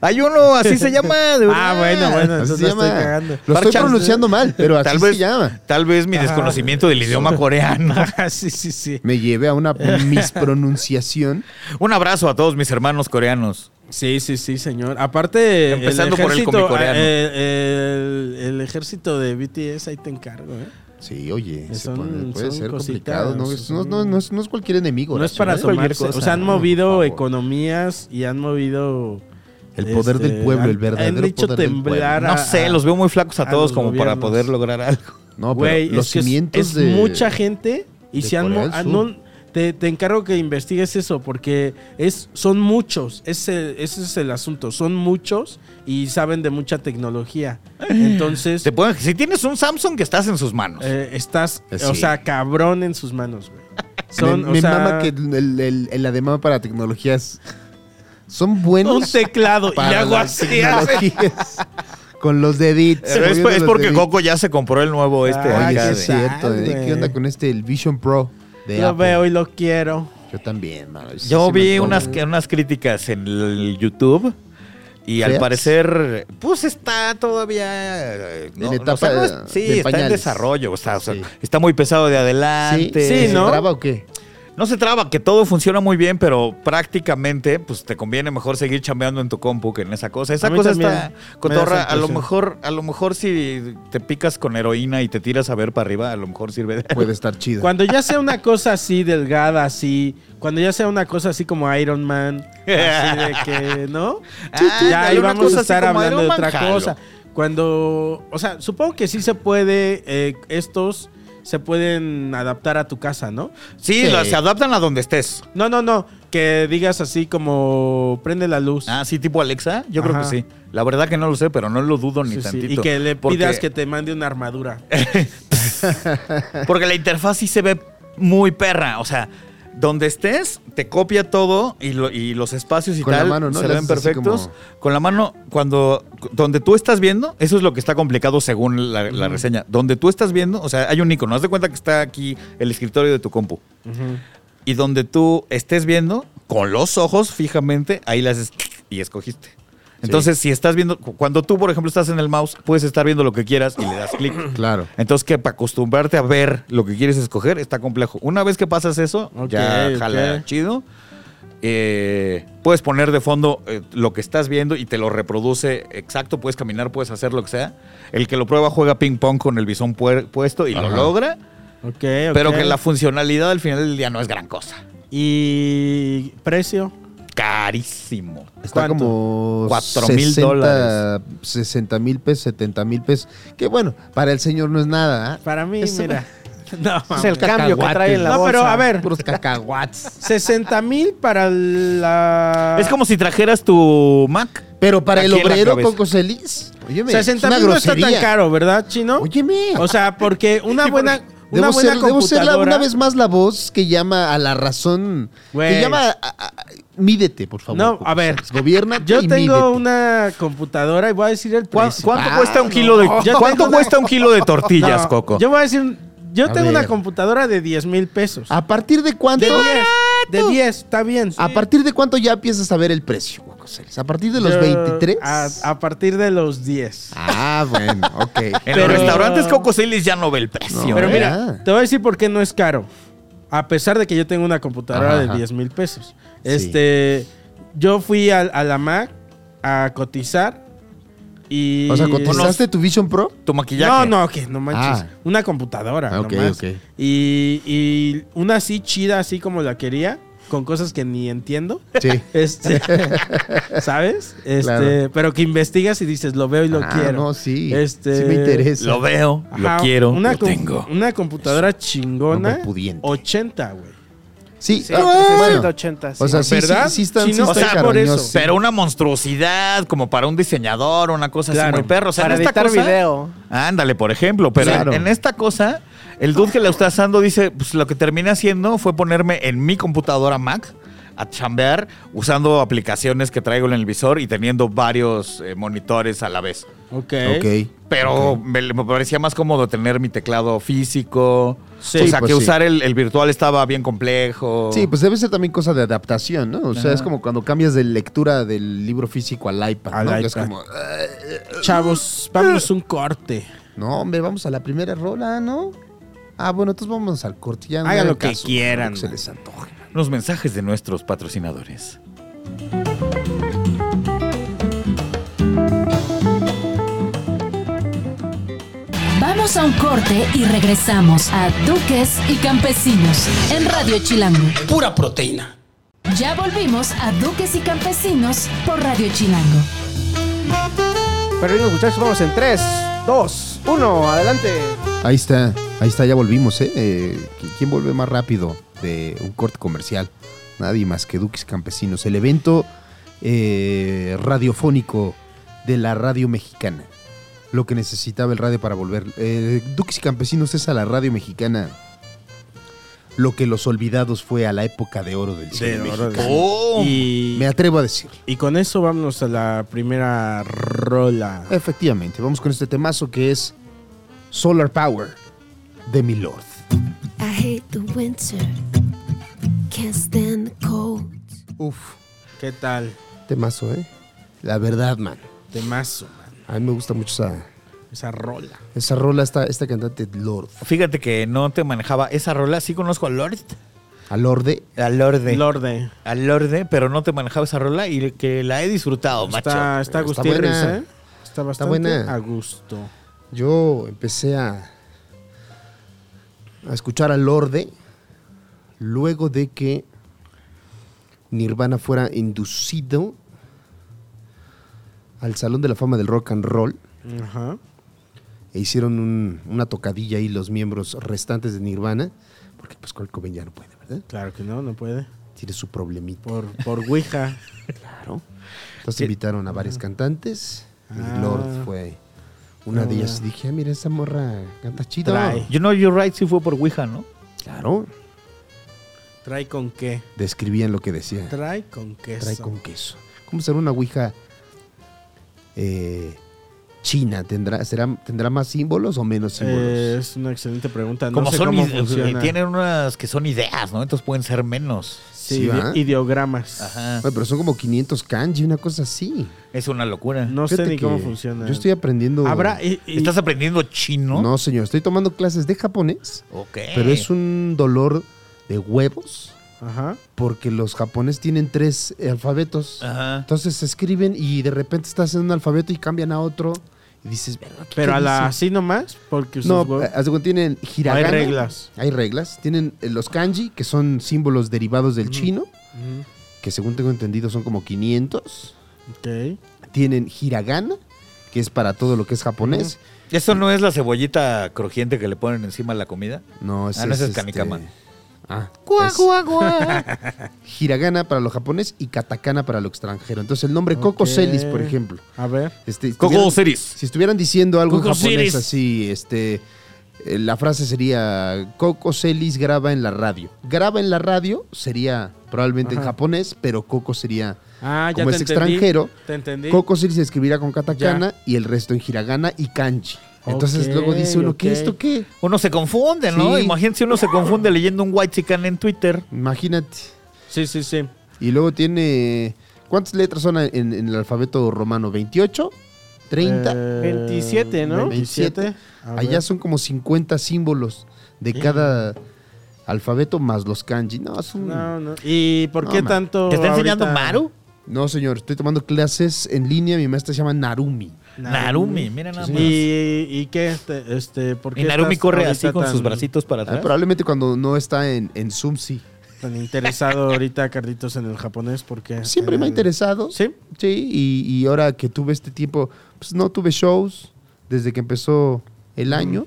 G: Hay uno, así se llama. de
F: Ah,
G: verdad.
F: bueno, bueno,
D: Así
F: entonces
D: se
F: la estoy
D: llama.
F: cagando.
D: Lo estoy
G: Parchas.
D: pronunciando mal, pero así se llama.
G: Tal vez mi
F: Ah.
G: desconocimiento del idioma coreano.
F: Ah, sí, sí, sí.
D: Me llevé a una mispronunciación.
G: Un abrazo a todos mis hermanos coreanos.
F: Sí, sí, sí, señor. Aparte, ah,
G: Empezando por el comicoreano.
F: eh, el- el ejército de BTS, ahí te encargo, ¿eh?
D: Sí, oye, se
F: Son-
D: puede, puede
F: son
D: ser
F: cositas,
D: complicado. No es, no,
F: son-
D: no- no es, no es cualquier enemigo.
F: No es
D: Horacio,
F: para
D: ¿eh?
F: tomarse.
G: cosa,
F: O sea, han
D: ¿no?
F: movido
D: Por favor.
F: economías y han movido.
D: El poder
F: este,
D: del pueblo,
F: han-
D: el verdadero
F: Han hecho
D: poder del
F: temblar.
G: No
F: a-
G: sé, los veo muy flacos a
F: a
G: todos
F: los
G: como para
F: gobiernos.
G: poder lograr algo.
D: No, pero
F: Güey,
D: los
F: es que es-
D: cimientos
F: es,
D: de.
F: mucha gente y
D: de
F: si han,
D: Corea
F: mo-
D: del
F: han-
D: Sur.
F: no- te, te encargo que investigues eso porque es son muchos, ese, ese es el asunto, son muchos y saben de mucha tecnología. Entonces,
G: Te pueden- si tienes un Samsung que estás en sus manos.
F: eh, estás,
D: Eh,
F: o
D: sí.
F: sea, cabrón en sus manos, güey. Son,
D: me
F: o
D: me
F: sea,
D: mama que el, el, el- el ademán para tecnologías. Son buenos.
F: un teclado y
D: para
F: hago
D: las
F: así.
D: tecnologías. con los deditos.
G: Pero es,
D: moviendo
G: es
D: los
G: porque
D: deditos.
G: Coco ya se compró el nuevo este.
F: Ah,
D: Oye,
G: acá
D: sí
G: de-
D: es cierto.
F: tal,
D: ¿eh?
F: güey.
D: ¿Qué onda con este, el Vision Pro? De
F: Lo
D: Apple?
F: veo y lo quiero.
D: Yo también, mano. Sí,
G: Yo
D: sí me
G: vi
D: antoja.
G: unas, unas críticas en el YouTube y al
D: ¿Feas?
G: parecer, pues está todavía. eh, No,
D: En etapa
G: o sea, no es-
D: de-
G: sí,
D: de
G: está en
D: pañales.
G: desarrollo. o sea, o sea,
D: Sí.
G: Está muy pesado de
D: Sí,
G: adelante.
D: sí,
F: ¿no?
D: ¿no? ¿Traba o qué?
G: No se traba, que todo funciona muy bien, pero prácticamente, pues te conviene mejor seguir chambeando en tu compu que en esa cosa. Esa
F: A mí
G: cosa
F: también
G: está
F: me da
G: cotorra.
F: esa
G: A lo
F: impresión.
G: mejor, a lo mejor si te picas con heroína y te tiras a ver para arriba, a lo mejor sirve de.
F: Pues
D: Puede estar chido.
F: Cuando ya sea una cosa así delgada, así, cuando ya sea una cosa así como Iron Man, así de que, ¿no?
G: Ah,
F: ya ahí
G: dale, una
F: vamos
G: cosa
F: a
G: así
F: estar
G: como
F: hablando
G: Iron
F: de
G: Man,
F: otra
G: jalo.
F: cosa. Cuando, o sea, supongo que sí se puede, eh, estos se pueden adaptar a tu casa, ¿no?
G: Sí,
D: Sí.
G: la- se adaptan a donde estés.
F: No, no, no, que digas así como prende la luz.
G: Ah, sí, tipo Alexa. Yo creo
F: Ajá.
G: que sí. La verdad que no lo sé, pero no lo dudo
F: Sí,
G: ni
F: sí,
G: tantito.
F: Y que le
G: Porque-
F: pidas que te mande una armadura.
G: Porque la interfaz sí se ve muy perra. O sea, donde estés, te copia todo y, lo- y los espacios y
D: Con la
G: tal
D: mano, ¿no?
G: se
D: Le
G: ven
D: haces así
G: perfectos.
D: como-
G: Con la mano, cuando donde tú estás viendo, eso es lo que está complicado según la, la reseña. Donde tú estás viendo, o sea, hay un icono. Haz de cuenta que está aquí el escritorio de tu compu. Y donde tú estés viendo, con los ojos fijamente, ahí le haces y escogiste. Entonces, si estás viendo, cuando tú, por ejemplo, estás en el mouse, puedes estar viendo lo que quieras y le das clic.
D: Claro.
G: Entonces, que para acostumbrarte a ver lo que quieres escoger está complejo. Una vez que pasas eso,
F: Ok,
G: ya jala
F: ok.
G: chido. Eh, puedes poner de fondo eh, lo que estás viendo y te lo reproduce exacto. Puedes caminar, puedes hacer lo que sea. El que lo prueba juega ping-pong con el bisón puer- puesto y lo
D: Ajá.
G: logra.
F: Ok, ok.
G: Pero que la funcionalidad al final del día no es gran cosa.
F: Y precio.
G: Carísimo.
D: Está
F: ¿Cuánto?
D: como
G: Cuatro mil dólares.
D: 60 mil pesos, 70 mil pesos. Que bueno, para el señor no es nada. ¿ah?
F: Para mí,
D: Eso-
F: mira. No,
E: Es el cambio que trae en la
F: No,
E: bolsa.
F: pero a ver,
D: Puros cacahuates.
F: 60 mil para la.
G: Es como si trajeras tu Mac.
D: Pero para el
G: Aquí en la
D: obrero,
G: cabeza.
D: Coco Celis. Óyeme,
F: 60
D: es una
F: mil no está tan
D: grosería.
F: caro, ¿verdad, chino?
D: Óyeme.
F: O sea, porque una buena. Una
D: debo
F: buena
D: ser, debo ser
F: computadora.
D: la- una vez más la voz que llama a la razón.
F: Güey.
D: Que llama. a- a- a- mídete, por favor.
F: No,
D: Coco
F: a ver.
D: Celis. Gobiérnate
F: Yo
D: y
F: tengo
D: mídete.
F: una computadora y voy a decir el
G: ¿Cuán-
F: precio.
G: ¿Cuánto
D: Ah,
G: cuesta un kilo de,
F: Yo
G: ¿cuánto
F: tengo una-
G: cuesta un kilo de tortillas,
F: No,
G: Coco?
F: Yo voy a decir. Yo
D: A
F: tengo una
D: ver.
F: computadora de 10 mil pesos.
D: ¿A partir de cuánto?
F: de 10. De 10, está bien.
D: ¿A partir de cuánto ya empiezas a ver el precio, Coco Celis? ¿A partir de los
F: Yo-
D: 23?
F: A, a partir de los 10.
D: Ah, bueno, ok.
G: En
F: Pero-
G: los restaurantes Coco Celis ya no ve el precio.
D: No,
G: ¿eh?
F: Pero
D: Ah.
F: mira, te voy a decir por qué no es caro. A pesar de que yo tengo una computadora
D: Ajá,
F: de
D: ajá.
F: 10 mil pesos.
D: Sí.
F: Este, yo fui a, a la Mac a cotizar y...
D: O sea, ¿cotizaste tu Vision Pro?
G: tu maquillaje.
F: No, no, que no manches.
D: Ah.
F: Una computadora.
D: Ah, ok,
F: nomás.
D: ok.
F: Y, y una así chida, así como la quería. con cosas que ni entiendo.
D: Sí.
F: Este, ¿Sabes? Este,
D: Claro.
F: pero que investigas y dices, lo veo y lo
D: Ah,
F: quiero.
D: no, sí.
F: Este,
D: Sí me interesa.
G: Lo veo,
F: Ajá,
G: lo quiero,
F: una
G: lo
F: com-
G: tengo.
F: Una computadora chingona.
D: Hombre pudiente.
F: 80, güey.
D: Sí,
E: Sí,
D: ah, bueno.
E: 60, 80. sí.
D: O sea, sí,
F: ¿Verdad?
D: sí, sí están,
F: Sí,
D: sí
F: no,
D: están
F: o sea, por
D: cariñosos.
F: eso.
G: Pero una monstruosidad como para un diseñador, una cosa
F: Claro,
G: así muy perro. O sea,
E: para
G: en esta
E: editar
G: cosa-
E: video.
G: Ándale, por ejemplo. Pero
D: Claro.
G: en esta cosa, el dude que la está usando dice, pues lo que terminé haciendo fue ponerme en mi computadora Mac a chambear usando aplicaciones que traigo en el visor y teniendo varios eh, monitores a la vez.
F: Ok.
D: Ok.
G: Pero me, me parecía más cómodo tener mi teclado físico.
F: Sí,
G: o sea,
D: pues
G: que
D: sí.
G: usar el, el virtual estaba bien complejo.
D: Sí, pues debe ser también cosa de adaptación, ¿no? O sea, es como cuando cambias de lectura del libro físico al iPad,
F: Al
D: ¿no? Que Es
F: iPad.
D: como, "Ah,
F: Chavos, vamos un corte.
D: no, hombre, vamos a la primera rola, ¿no? Ah, bueno, entonces vamos al corte. ya no
F: Hagan
D: me
F: lo que
D: caso,
F: quieran.
D: lo que se les antoje.
G: Los mensajes de nuestros patrocinadores.
A: Vamos a un corte y regresamos a Duques y Campesinos en Radio Chilango.
B: Pura proteína.
A: Ya volvimos a Duques y Campesinos por Radio Chilango.
E: Pero amigos, muchachos, vamos en 3, 2, 1, adelante.
D: Ahí está, ahí está, ya volvimos, ¿eh? Eh, ¿qui- ¿Quién vuelve más rápido de un corte comercial? Nadie más que Duques Campesinos, el evento eh, radiofónico de la radio mexicana. Lo que necesitaba el radio para volver. Eh, Duques y Campesinos es a la radio mexicana. Lo que los olvidados fue a la época de oro del cine
F: oro del
D: mexicano.
G: ¡Oh!
F: Y,
D: Me atrevo a decir.
F: y con eso vámonos a la primera rola.
D: Efectivamente, vamos con este temazo que es Solar Power de Milord.
H: I hate the winter. Can't stand the cold.
D: Uf,
F: ¿Qué tal?
D: temazo, ¿eh? La verdad, man.
F: Temazo, man.
D: A mí me gusta mucho esa,
F: Esa rola.
D: esa rola, esta, esta cantante Lord.
G: Fíjate que no te manejaba esa rola. Sí conozco a Lord.
D: A Lorde.
G: A Lorde.
F: Lorde.
G: A Lorde, pero no te manejaba esa rola y que la he disfrutado, macho.
F: Está, está
D: Está
F: Agustín
D: buena.
F: Risa, ¿eh? Está bastante
D: buena.
F: a gusto.
D: Yo empecé a, a escuchar a Lorde luego de que Nirvana fuera inducido al Salón de la Fama del Rock and Roll.
F: Ajá.
D: e hicieron un- una tocadilla ahí los miembros restantes de Nirvana, porque pues Kurt Cobain ya no puede, ¿verdad?
F: Claro que no, no puede.
D: Tiene su problemita,
F: Por, por Ouija.
D: claro. Entonces invitaron a varias cantantes y
F: Ah.
D: Lord fue una de ellas. Dije, ah, mira, esa morra canta chido.
F: Trae.
G: You know You're Right sí fue por Ouija, ¿no?
D: Claro,
F: ¿Trae con qué?
D: describían lo que decía.
F: Trae con queso.
D: Trae con queso. ¿Cómo será una ouija eh, china? ¿Tendrá, será, ¿Tendrá más símbolos o menos símbolos?
F: Eh, es una excelente pregunta. No
G: Como
F: sé
G: son
F: cómo
G: ide- eh,
F: funciona.
G: tienen unas que son ideas, ¿no? Entonces pueden ser menos.
F: Sí,
D: Sí,
F: ide-
D: ¿va?
F: ideogramas.
G: Ajá.
D: Oye, pero son como 500 kanji, una cosa así.
G: Es una locura.
F: No sé
D: Fíjate
F: ni cómo
D: que
F: funciona.
D: Yo estoy aprendiendo.
F: Habrá. y- y-
G: ¿Estás aprendiendo chino?
D: No, señor, estoy tomando clases de japonés,
G: Ok.
D: pero
F: Eh.
D: es un dolor de huevos
F: Ajá.
D: porque los japoneses tienen tres alfabetos.
F: Ah.
G: Ajá.
D: Entonces se escriben y de repente estás en un alfabeto y cambian a otro y dices, "Verga, ¿qué
F: Pero a la
D: dice?".
F: así nomás, porque ustedes
D: No,
F: huevos-
D: eh, haz de cuenta, tienen
F: hay
D: hiragana.
F: reglas.
D: Hay reglas. Tienen eh, los kanji, que son símbolos derivados del chino,
F: Ujú.
D: que según tengo entendido son como 500. eh,
F: Ok.
D: Tienen hiragana, que es para todo lo que es japonés.
G: ¿Eso no es la cebollita crujiente que le ponen encima a la comida?
D: No, ese
G: Ah, no, ese es
D: este-
G: Kanikama.
D: Ah, es Hiragana para lo japonés y katakana para lo extranjero. Entonces el nombre Coco
F: Ok.
D: Celis, por ejemplo.
F: A ver.
D: Este,
G: Coco
D: estuvieran-
G: Celis.
D: Si estuvieran diciendo algo en
F: Coco
D: japonés
F: Celis.
D: así, este, eh, la frase sería Coco Celis graba en la radio. Graba en la radio sería probablemente en
F: Ajá.
D: japonés, pero Coco sería
F: Ah, ya
D: Como
F: te
D: es
F: entendí.
D: extranjero,
F: Te entendí.
D: Coco Celis se escribirá con katakana y el resto en hiragana y kanji. Entonces
F: Ok,
D: luego dice uno,
F: ok.
D: ¿qué esto qué?
G: Uno se confunde, ¿no?
D: Sí.
G: Imagínate si uno se confunde leyendo un white chican en Twitter.
D: Imagínate.
F: Sí, sí, sí.
D: Y luego tiene ¿cuántas letras son en, en el alfabeto romano? 28, 30.
F: Eh,
E: 27, ¿no?
F: 27. A
D: Allá
F: ver.
D: son como 50 símbolos de cada alfabeto más los kanji. No, es un-
F: No, no. ¿Y por
D: No,
F: qué
D: man.
F: tanto?
G: ¿Te está enseñando
F: ahorita-
G: Maru?
D: No, señor, estoy tomando clases en línea. Mi maestra se llama Narumi.
G: Narumi, mira nada más.
F: ¿Y, y qué? Este, este, ¿por qué
G: Y Narumi
F: estás
G: corre
F: ahorita
G: así con
F: tan-
G: sus bracitos para
D: Ah,
G: atrás.
D: probablemente cuando no está en, en Zoom, sí.
F: tan interesado ahorita, Carlitos, en el japonés porque...
D: Siempre me ha
F: el-
D: interesado.
F: Ah, Sí.
D: Sí, y, y ahora que tuve este tiempo, pues no tuve shows desde que empezó el año.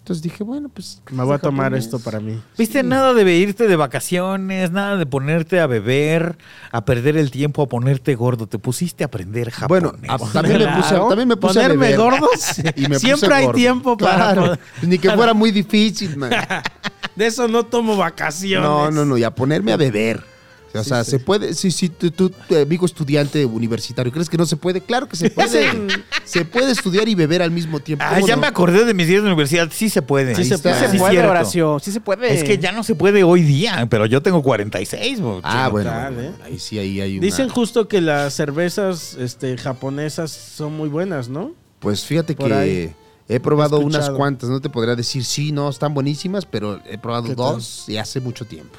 D: Entonces dije, bueno, pues.
F: Mm. Me voy a
D: es
F: tomar
D: japonés.
F: esto para mí.
G: Viste, nada de irte de vacaciones, nada de ponerte a beber, a perder el tiempo, a ponerte gordo. Te pusiste a aprender japonés.
D: Bueno,
G: Ah,
D: a- también me puse, también me puse a
F: Ponerme
D: beber.
F: gordo.
D: Y me puse
F: Siempre hay
D: gordo.
F: tiempo para
D: Claro,
F: poder-
D: Ni que fuera muy difícil, man.
F: De eso no tomo vacaciones.
D: No, no, no, y a ponerme a beber. O sea, se puede, si, si tú, tú, tu amigo estudiante universitario, ¿crees que no se puede? Claro que se puede. se puede estudiar y beber al mismo tiempo.
G: Ah,
D: ¿cómo
G: ya
D: no?
G: me acordé de mis días de universidad. Sí se puede.
D: Sí
G: Ahí
D: se
G: está.
D: puede.
E: Se
D: Sí,
E: puede,
G: cierto.
E: Horacio. Sí se puede.
G: Es que ya no se puede hoy día, pero yo tengo 46. bo-
D: Ah,
G: chino.
D: bueno.
F: Total,
D: bueno,
F: ¿eh?
D: Ahí sí, ahí hay una.
F: Dicen justo que las cervezas este, japonesas son muy buenas, ¿no?
D: Pues fíjate
F: Por
D: que
F: ahí.
D: he probado
F: He escuchado.
D: unas cuantas, no te podría decir sí, no, están buenísimas, pero he probado
F: ¿Qué
D: dos y hace mucho tiempo.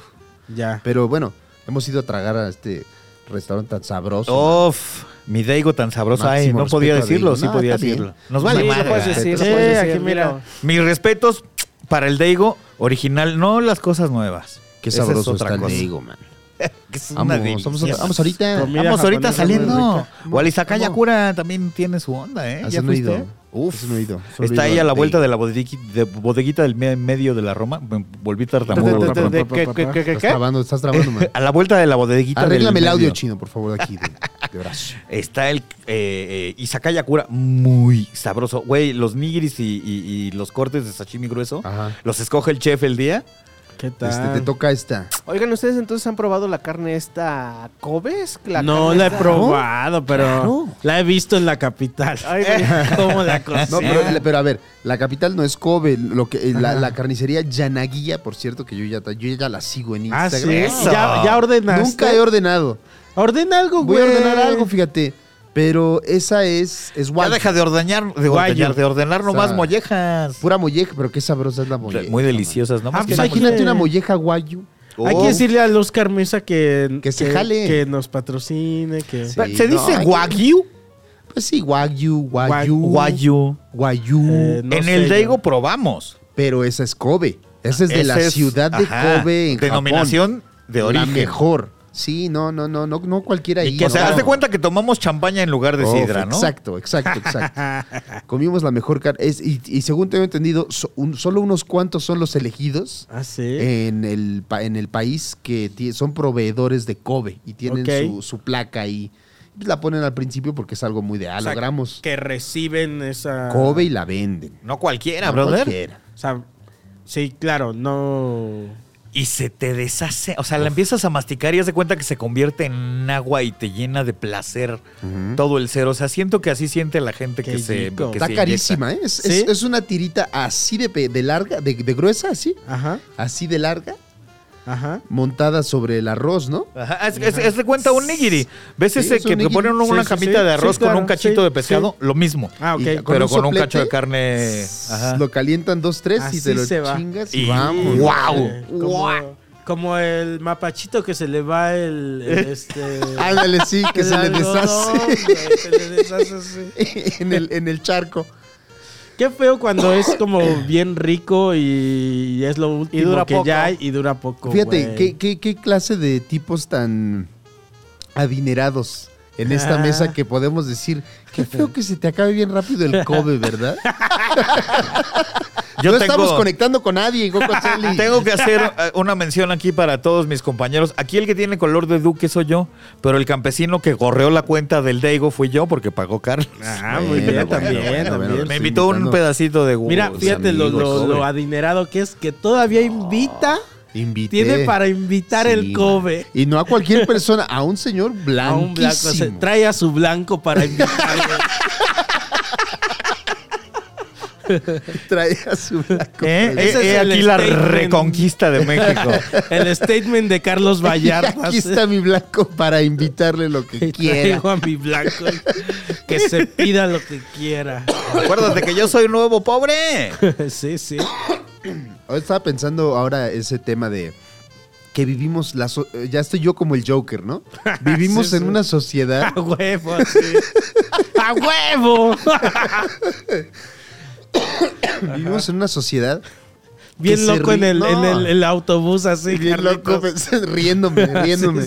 F: Ya.
D: Pero bueno, hemos ido a tragar a este restaurante tan sabroso.
G: Oh, Uf, mi Daigo tan sabrosa
D: Pues, Máximo
G: ay, No
D: respeto
G: podía
D: a
G: decirlo,
D: Daigo.
G: sí
D: No,
G: podía
D: está bien.
G: decirlo. Nos vale
E: Pues, Sí, lo
G: madre,
E: puedes
G: ¿verdad?
E: decir, lo
F: Sí,
E: puedes
F: aquí
E: decir,
F: mira.
E: mira.
G: Mis respetos para el Daigo original, no las cosas nuevas.
D: Qué
G: Esa es
D: sabroso
G: otra
D: está el
G: cosa.
D: Diego, man.
G: Que es una
D: Vamos,
G: delicia.
D: vamos, vamos ahorita.
F: Comi- Mira,
G: Vamos ahorita
F: japonesa muy
G: saliendo.
D: rica.
G: Walisaka
D: ¿Cómo?
G: Yakura también tiene su onda, ¿eh?
D: Has
G: ¿Ya
D: no
G: fuiste?
D: ido. Uf, no ido. Solo
G: Está
D: he ido
G: ahí a
D: al
G: la vuelta
D: Daigo.
G: de la bodeguita, de bodeguita del me- medio de la Roma. Me volví tartamudo.
E: De- de- de-
G: perdón.
E: de- ¿Qué, qué, qué, qué,
D: Estás trabando, estás trabando, man.
G: A la vuelta de la bodeguita del
D: Arréglame el audio
G: medio
D: chino, por favor, de aquí, de, de brazo.
G: Está el eh, eh, Izakaya Kura, muy sabroso. Güey, los nigiris y, y- y los cortes de sashimi grueso,
D: Ajá.
G: los escoge el chef el día.
F: ¿Qué tal?
D: Este, te toca esta.
E: Oigan, ¿ustedes entonces han probado la carne esta Kobe? ¿Es
F: no
E: carne
F: la he
E: esta-
F: probado, pero la he visto en la capital.
E: Ay, güey.
F: ¿Cómo la cocinan?
D: No, pero, pero a ver, la capital no es Kobe, lo que, eh, la, la carnicería Yanaguía, por cierto, que yo ya, yo ya la sigo en
F: Ah, sí.
D: Instagram.
G: Eso.
F: Ya, ya ordenaste.
D: Nunca he ordenado.
F: Ordena algo,
D: Voy
F: güey.
D: a ordenar algo, fíjate. Pero esa es, es
G: Ya
D: guay.
G: deja de ordeñar, de
F: Guayo.
G: ordeñar, de ordenar nomás
D: O sea,
G: mollejas.
D: Pura molleja, pero qué sabrosa es la molleja.
G: muy
D: deliciosa.
G: deliciosas, ¿no?
F: Ah,
G: Más que
F: pues
G: la
F: hay que-
D: Imagínate una molleja guayo.
G: molleja.
F: Hay
G: Oh.
F: que decirle a Luz Carmesa que,
D: Que se jale.
F: que nos patrocine, que
D: Sí.
G: ¿Se
D: no, hay
G: dice
D: que-
G: wagyu?
D: Pues sí, guayu, guayu.
G: Wagyu.
D: Guayú.
F: Eh, no
G: en
F: sé,
G: el Daigo
F: yo.
G: probamos.
D: pero esa es Kobe. Esa es de
G: Esa
D: la
G: es-
D: ciudad de
G: ajá,
D: Kobe en
G: Denominación de
D: Japón. La
G: origen.
D: mejor. Sí, no, no, no, no, no cualquiera ahí.
G: O sea,
D: no.
G: haz de cuenta que tomamos champaña en lugar de
D: Oh,
G: sidra, ¿no?
D: Exacto, exacto, exacto. Comimos la mejor carne. Es- y, y según tengo entendido, so- un- solo unos cuantos son los elegidos
F: Ah, sí.
D: en, el, pa- en el país que ti- son proveedores de Kobe y tienen
F: Ok.
D: su, su placa ahí. La ponen al principio porque es algo muy de ah,
F: O sea,
D: logramos
F: Que reciben esa.
D: Kobe y la venden.
G: No cualquiera,
D: No
G: brother.
D: cualquiera.
F: O sea, sí, claro, no.
G: y se te deshace. O sea, la empiezas a masticar y haz de cuenta que se convierte en agua y te llena de placer todo el ser. O sea, siento que así siente la gente
F: Qué
G: que se.
F: rico.
G: que
D: Está
G: se inyecta.
D: carísima, ¿eh? Es, es-
F: ¿Sí?
D: es una tirita así de, pe- de larga, de, de gruesa, así,
F: Ajá,
D: así de larga,
F: ajá.
D: montada sobre el arroz, ¿no?
G: Ajá, Es, es- es de cuenta un nigiri. ¿Ves
D: Sí,
G: ese
D: es un
G: que te
D: nigiri.
G: ponen una,
F: Sí, sí,
G: camita
F: sí.
G: de arroz
F: Sí,
G: con
F: claro,
G: un cachito
F: sí,
G: de pescado? Lo mismo.
F: Ah, ok.
D: Y-
G: pero
D: un
G: con un
D: soplete,
G: cacho de carne. Eh, Ajá.
D: Lo calientan dos, tres
F: Así
D: y te lo
F: se va.
D: chingas y,
G: Y
D: vamos.
G: ¡guau!
F: Eh, Como, como el mapachito que se le va el. el, este,
D: Ándale, sí, que
F: el
D: se le
F: algodón,
D: deshace
F: güey, se le deshace así.
D: en, el, en el charco.
F: Qué feo cuando es como bien rico y es lo último
E: dura
F: que
E: poco.
F: ya hay y dura poco.
D: Fíjate,
F: güey.
D: ¿qué, qué, qué clase de tipos tan adinerados en esta
F: Ah.
D: mesa que podemos decir, qué feo que se te acabe bien rápido el Kobe, ¿verdad?
G: Yo
D: no
G: tengo-
D: estamos conectando con nadie, Coco Celis.
G: Tengo que hacer eh, una mención aquí para todos mis compañeros. Aquí el que tiene color de Duque soy yo, pero el campesino que gorreó la cuenta del Daigo fui yo porque pagó Carlos.
F: Ah, muy bien,
D: Bueno,
F: también,
D: bueno, bueno,
F: también.
D: bueno,
G: Me
D: estoy
G: invitó un
D: invitando.
G: pedacito de huevo.
F: Mira,
G: O sea,
F: fíjate lo,
D: amigos,
F: lo-
D: Kobe.
F: lo adinerado que es que todavía invita.
D: Invité.
F: Tiene para invitar
D: Sí,
F: el Kobe.
D: Y no a cualquier persona, a un señor
F: A
D: blanquísimo.
F: un blanco. se- trae a su blanco para invitarle.
D: Trae a su blanco.
G: ¿eh?
F: Ese es
G: Eh, eh,
F: el
G: aquí la
F: statement.
G: reconquista de México.
F: el statement de Carlos
D: Y
F: Vallarta.
D: aquí está mi blanco para invitarle lo que
F: Y
D: quiera.
F: Traigo a mi blanco. Que se pida lo que quiera.
G: Acuérdate que yo soy nuevo pobre.
F: sí, sí.
D: Ahora estaba pensando ahora ese tema de que vivimos la so- eh, ya estoy yo como el Joker, ¿no? Vivimos
F: Sí,
D: en
F: sí.
D: una sociedad
F: A huevo, sí. ¡A huevo!
D: vivimos en una sociedad
F: bien
D: se
F: loco en,
D: ríe.
F: el, en
D: No.
F: el, el autobús así.
D: Bien loco, pues,
F: Carlitos.
D: pensé- riéndome, riéndome.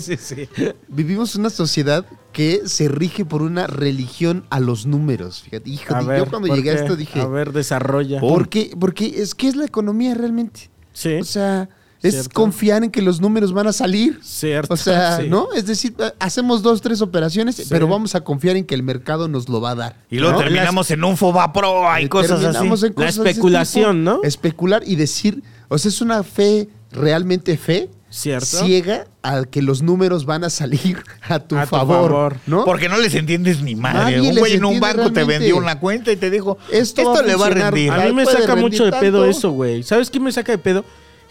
F: Sí, sí, sí.
D: Vivimos una sociedad que se rige por una religión a los números. Fíjate, hijo,
F: A
D: de-
F: ver,
D: yo cuando
F: ¿por
D: llegué
F: qué?
D: a esto dije,
F: A ver, desarrolla.
D: ¿por qué? Porque es que es la economía realmente.
F: Sí,
D: O sea, es
F: Cierto.
D: confiar en que los números van a salir.
F: cierto.
D: O sea,
F: sí.
D: ¿no? Es decir, eh, hacemos dos, tres operaciones, pero vamos a confiar en que el mercado nos lo va a dar.
G: Y luego
D: ¿no?
G: terminamos en un Fobapro y cosas así.
D: Terminamos en
F: La
D: cosas de ese
F: especulación,
D: tipo.
F: ¿no?
D: Especular y decir, o sea, es una fe realmente fe
F: Cierto.
D: ciega a que tu números van a salir a tu
F: A tu
D: favor,
F: favor.
D: ¿no?
G: Porque no les entiendes ni madre.
D: Nadie
G: un
D: les
G: güey en un
D: entiende
G: banco te
D: realmente.
G: vendió una cuenta y te dijo,
D: Esto
G: esto,
D: va a
G: le va a
D: funcionar.
G: rendir.
F: A mí me
D: puede
F: saca
D: rendir
F: mucho de pedo
D: tanto.
F: eso, güey. ¿Sabes qué me saca de pedo?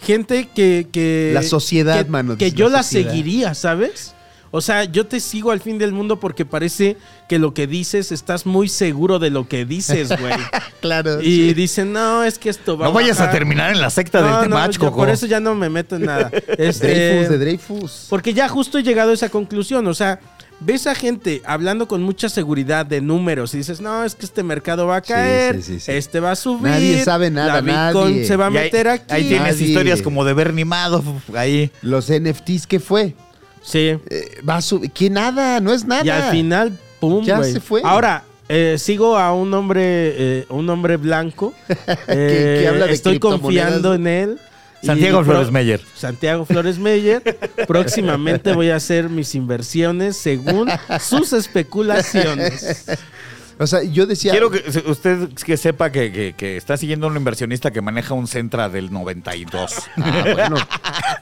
F: Gente que... que
D: La sociedad,
F: que,
D: mano,
F: Que
D: dice,
F: yo
D: la
F: la
D: sociedad.
F: seguiría, ¿sabes? O sea, yo te sigo al fin del mundo porque parece que lo que dices, estás muy seguro de lo que dices, güey.
D: claro.
F: y dicen, no, es que esto va
G: No vayas a
F: bajar".
G: terminar en la secta
F: No, no,
G: del Temach,
F: yo
G: Coco.
F: Por eso ya no me meto en nada. Este,
D: Dreyfus de Dreyfus.
F: porque ya justo he llegado a esa conclusión. O sea, ves a gente hablando con mucha seguridad de números y dices, no, es que este mercado va a caer,
D: sí, sí, sí.
F: este va a subir.
D: Nadie sabe
F: la
D: nada,
F: Bitcoin
D: nadie.
F: se va a
G: Y ahí-
F: meter aquí.
G: Ahí tienes
D: Nadie.
G: historias como de Bernie Madoff ahí.
D: Los NFTs, ¿qué fue?
F: Sí.
D: Eh, va a subir. Que nada, no es nada.
F: Y al final, pum,
D: Ya
F: güey.
D: se fue.
F: Ahora, eh, sigo a un hombre, eh, un hombre blanco. Eh,
D: que habla de
F: Estoy
D: criptomonedas.
F: confiando en él.
G: Santiago
F: Y pro-
G: Flores Meyer.
F: Santiago Flores Meyer. Próximamente voy a hacer mis inversiones según sus especulaciones.
D: O sea, yo decía.
G: Quiero que se- usted que sepa que, que- que está siguiendo a un inversionista que maneja un Centra del 92.
D: Ah, bueno.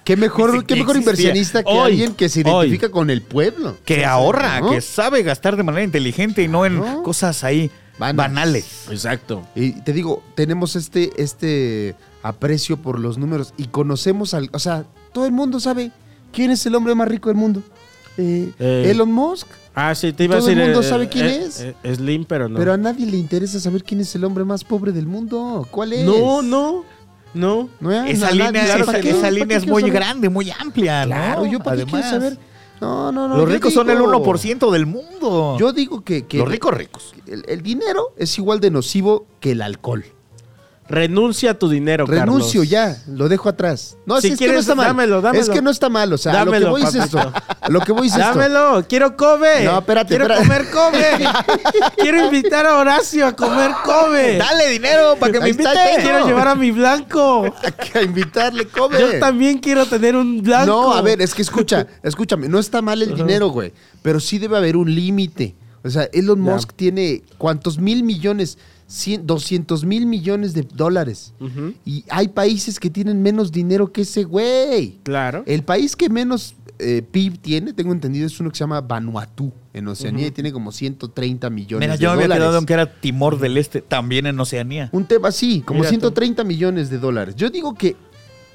D: Qué
G: Ni
D: mejor, qué
G: siquiera
D: mejor
G: existía.
D: inversionista que
F: Hoy,
D: alguien que se
F: hoy.
D: identifica con el pueblo.
G: Que ahorra,
D: ¿no?
G: que sabe gastar de manera inteligente y no en
D: Claro.
G: cosas ahí
D: Vanas.
G: banales.
F: Exacto.
D: Y te digo, tenemos este, este aprecio por los números y conocemos al. O sea, todo el mundo sabe quién es el hombre más rico del mundo. Eh,
F: Eh,
D: Elon Musk.
F: Ah, sí, te iba
D: Todo
F: a
D: el
F: decir. eh,
D: mundo sabe quién es.
F: Slim, pero no.
D: Pero a nadie le interesa saber quién es el hombre más pobre del mundo. ¿Cuál es?
F: no, no, no.
D: No, ya,
G: Esa
D: na-
G: línea,
D: nadie-
G: esa,
D: ¿para qué?
G: esa
D: ¿Para qué
G: línea es
D: quiero
G: muy
D: saber?
G: grande, muy amplia.
D: Claro,
G: ¿no?
D: yo para qué quiero
G: Además,
D: saber. No, no, no.
G: Los
D: yo
G: ricos son el
D: digo-
G: 1% del mundo.
D: Yo digo que, que
G: Los ricos ricos.
D: el, el dinero es igual de nocivo que el alcohol.
F: Renuncia a tu dinero,
D: Renuncio
F: Carlos.
D: ya, lo dejo atrás. No,
F: Si
D: es que
F: quieres,
D: no está mal.
F: dámelo, dámelo.
D: Es que no está mal, o sea,
F: Dámelo,
D: lo que voy es esto.
F: papito.
D: Lo que voy es esto.
F: Dámelo, quiero Kobe.
D: No, espérate,
F: Quiero
D: espérate.
F: comer Kobe. quiero invitar a Horacio a comer
D: Eh.
F: Kobe.
G: Dale dinero para que me
D: Ahí está,
G: invite.
D: ahí está.
F: Quiero llevar a mi blanco.
D: A que- a invitarle, come.
F: Yo también quiero tener un blanco.
D: No, a ver, es que escucha, escúchame, no está mal el dinero, güey, pero sí debe haber un límite. O sea, Elon
F: Ya.
D: Musk tiene cuántos mil millones, Cien- 200 mil millones de dólares.
F: Ujú.
D: Y hay países que tienen menos dinero que ese güey.
F: Claro.
D: El país que menos eh, PIB tiene, tengo entendido, es uno que se llama Vanuatu, en Oceanía, y tiene como 130 millones
G: Mira,
D: de
G: yo me había
D: dólares.
G: quedado en que era Timor del Este, también en Oceanía.
D: Un tema así, como
F: Mira tú.
D: 130 millones de dólares. Yo digo que,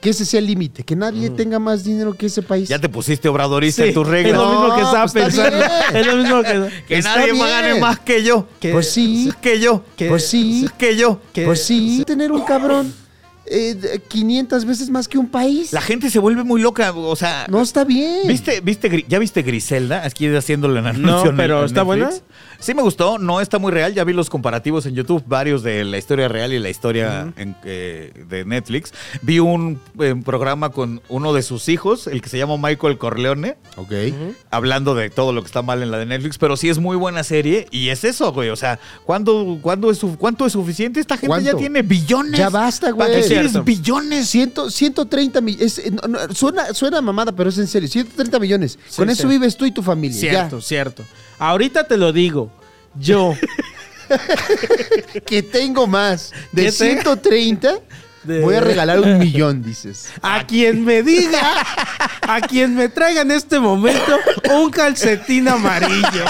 D: que ese sea el límite, que nadie tenga más dinero que ese país.
G: Ya te pusiste obradorista
F: Sí,
G: en tus
F: Es
G: reglas.
F: lo mismo que
D: No,
F: estaba
D: pues está
F: pensando.
D: bien.
F: Es lo mismo que.
G: Que
D: Está
G: nadie
D: bien.
G: más gane más que yo.
F: que-
D: Pues sí.
G: Más Que yo.
F: que-
D: Pues sí.
G: Que yo.
F: que-
D: pues sí, tener un cabrón eh, de- 500 veces más que un país.
G: La gente se vuelve muy loca. O sea,
D: no está bien.
G: ¿Viste, viste, Gri- ¿Ya viste Griselda? Aquí haciéndole el anuncio. en-
F: pero
G: en
F: ¿está buena?
G: Sí, me gustó. No está muy real. Ya vi los comparativos en YouTube, varios de la historia real y la historia en- eh, de Netflix. Vi un eh, programa con uno de sus hijos, el que se llama Michael Corleone,
D: Ok.
G: hablando de todo lo que está mal en la de Netflix. Pero sí es muy buena serie y es eso, güey. O sea, ¿cuándo, cuándo es, su- ¿cuánto es suficiente? Esta gente ya
D: ¿Cuánto?
G: tiene billones.
D: Ya basta, güey.
G: ¿Para qué
D: Es
G: quieres
F: cierto.
G: billones?
D: 100, 130 millones. eh, suena, suena mamada, pero es en serio. 130 millones.
F: Sí,
D: Con eso
F: sí.
D: vives tú y tu familia.
F: Cierto, cierto. Ahorita te lo digo. Yo.
D: Ya. Que tengo más. De
F: Que te-
D: 130,
F: De-
D: voy a regalar un millón, dices.
F: A quien me diga, a quien me traiga en este momento un calcetín amarillo,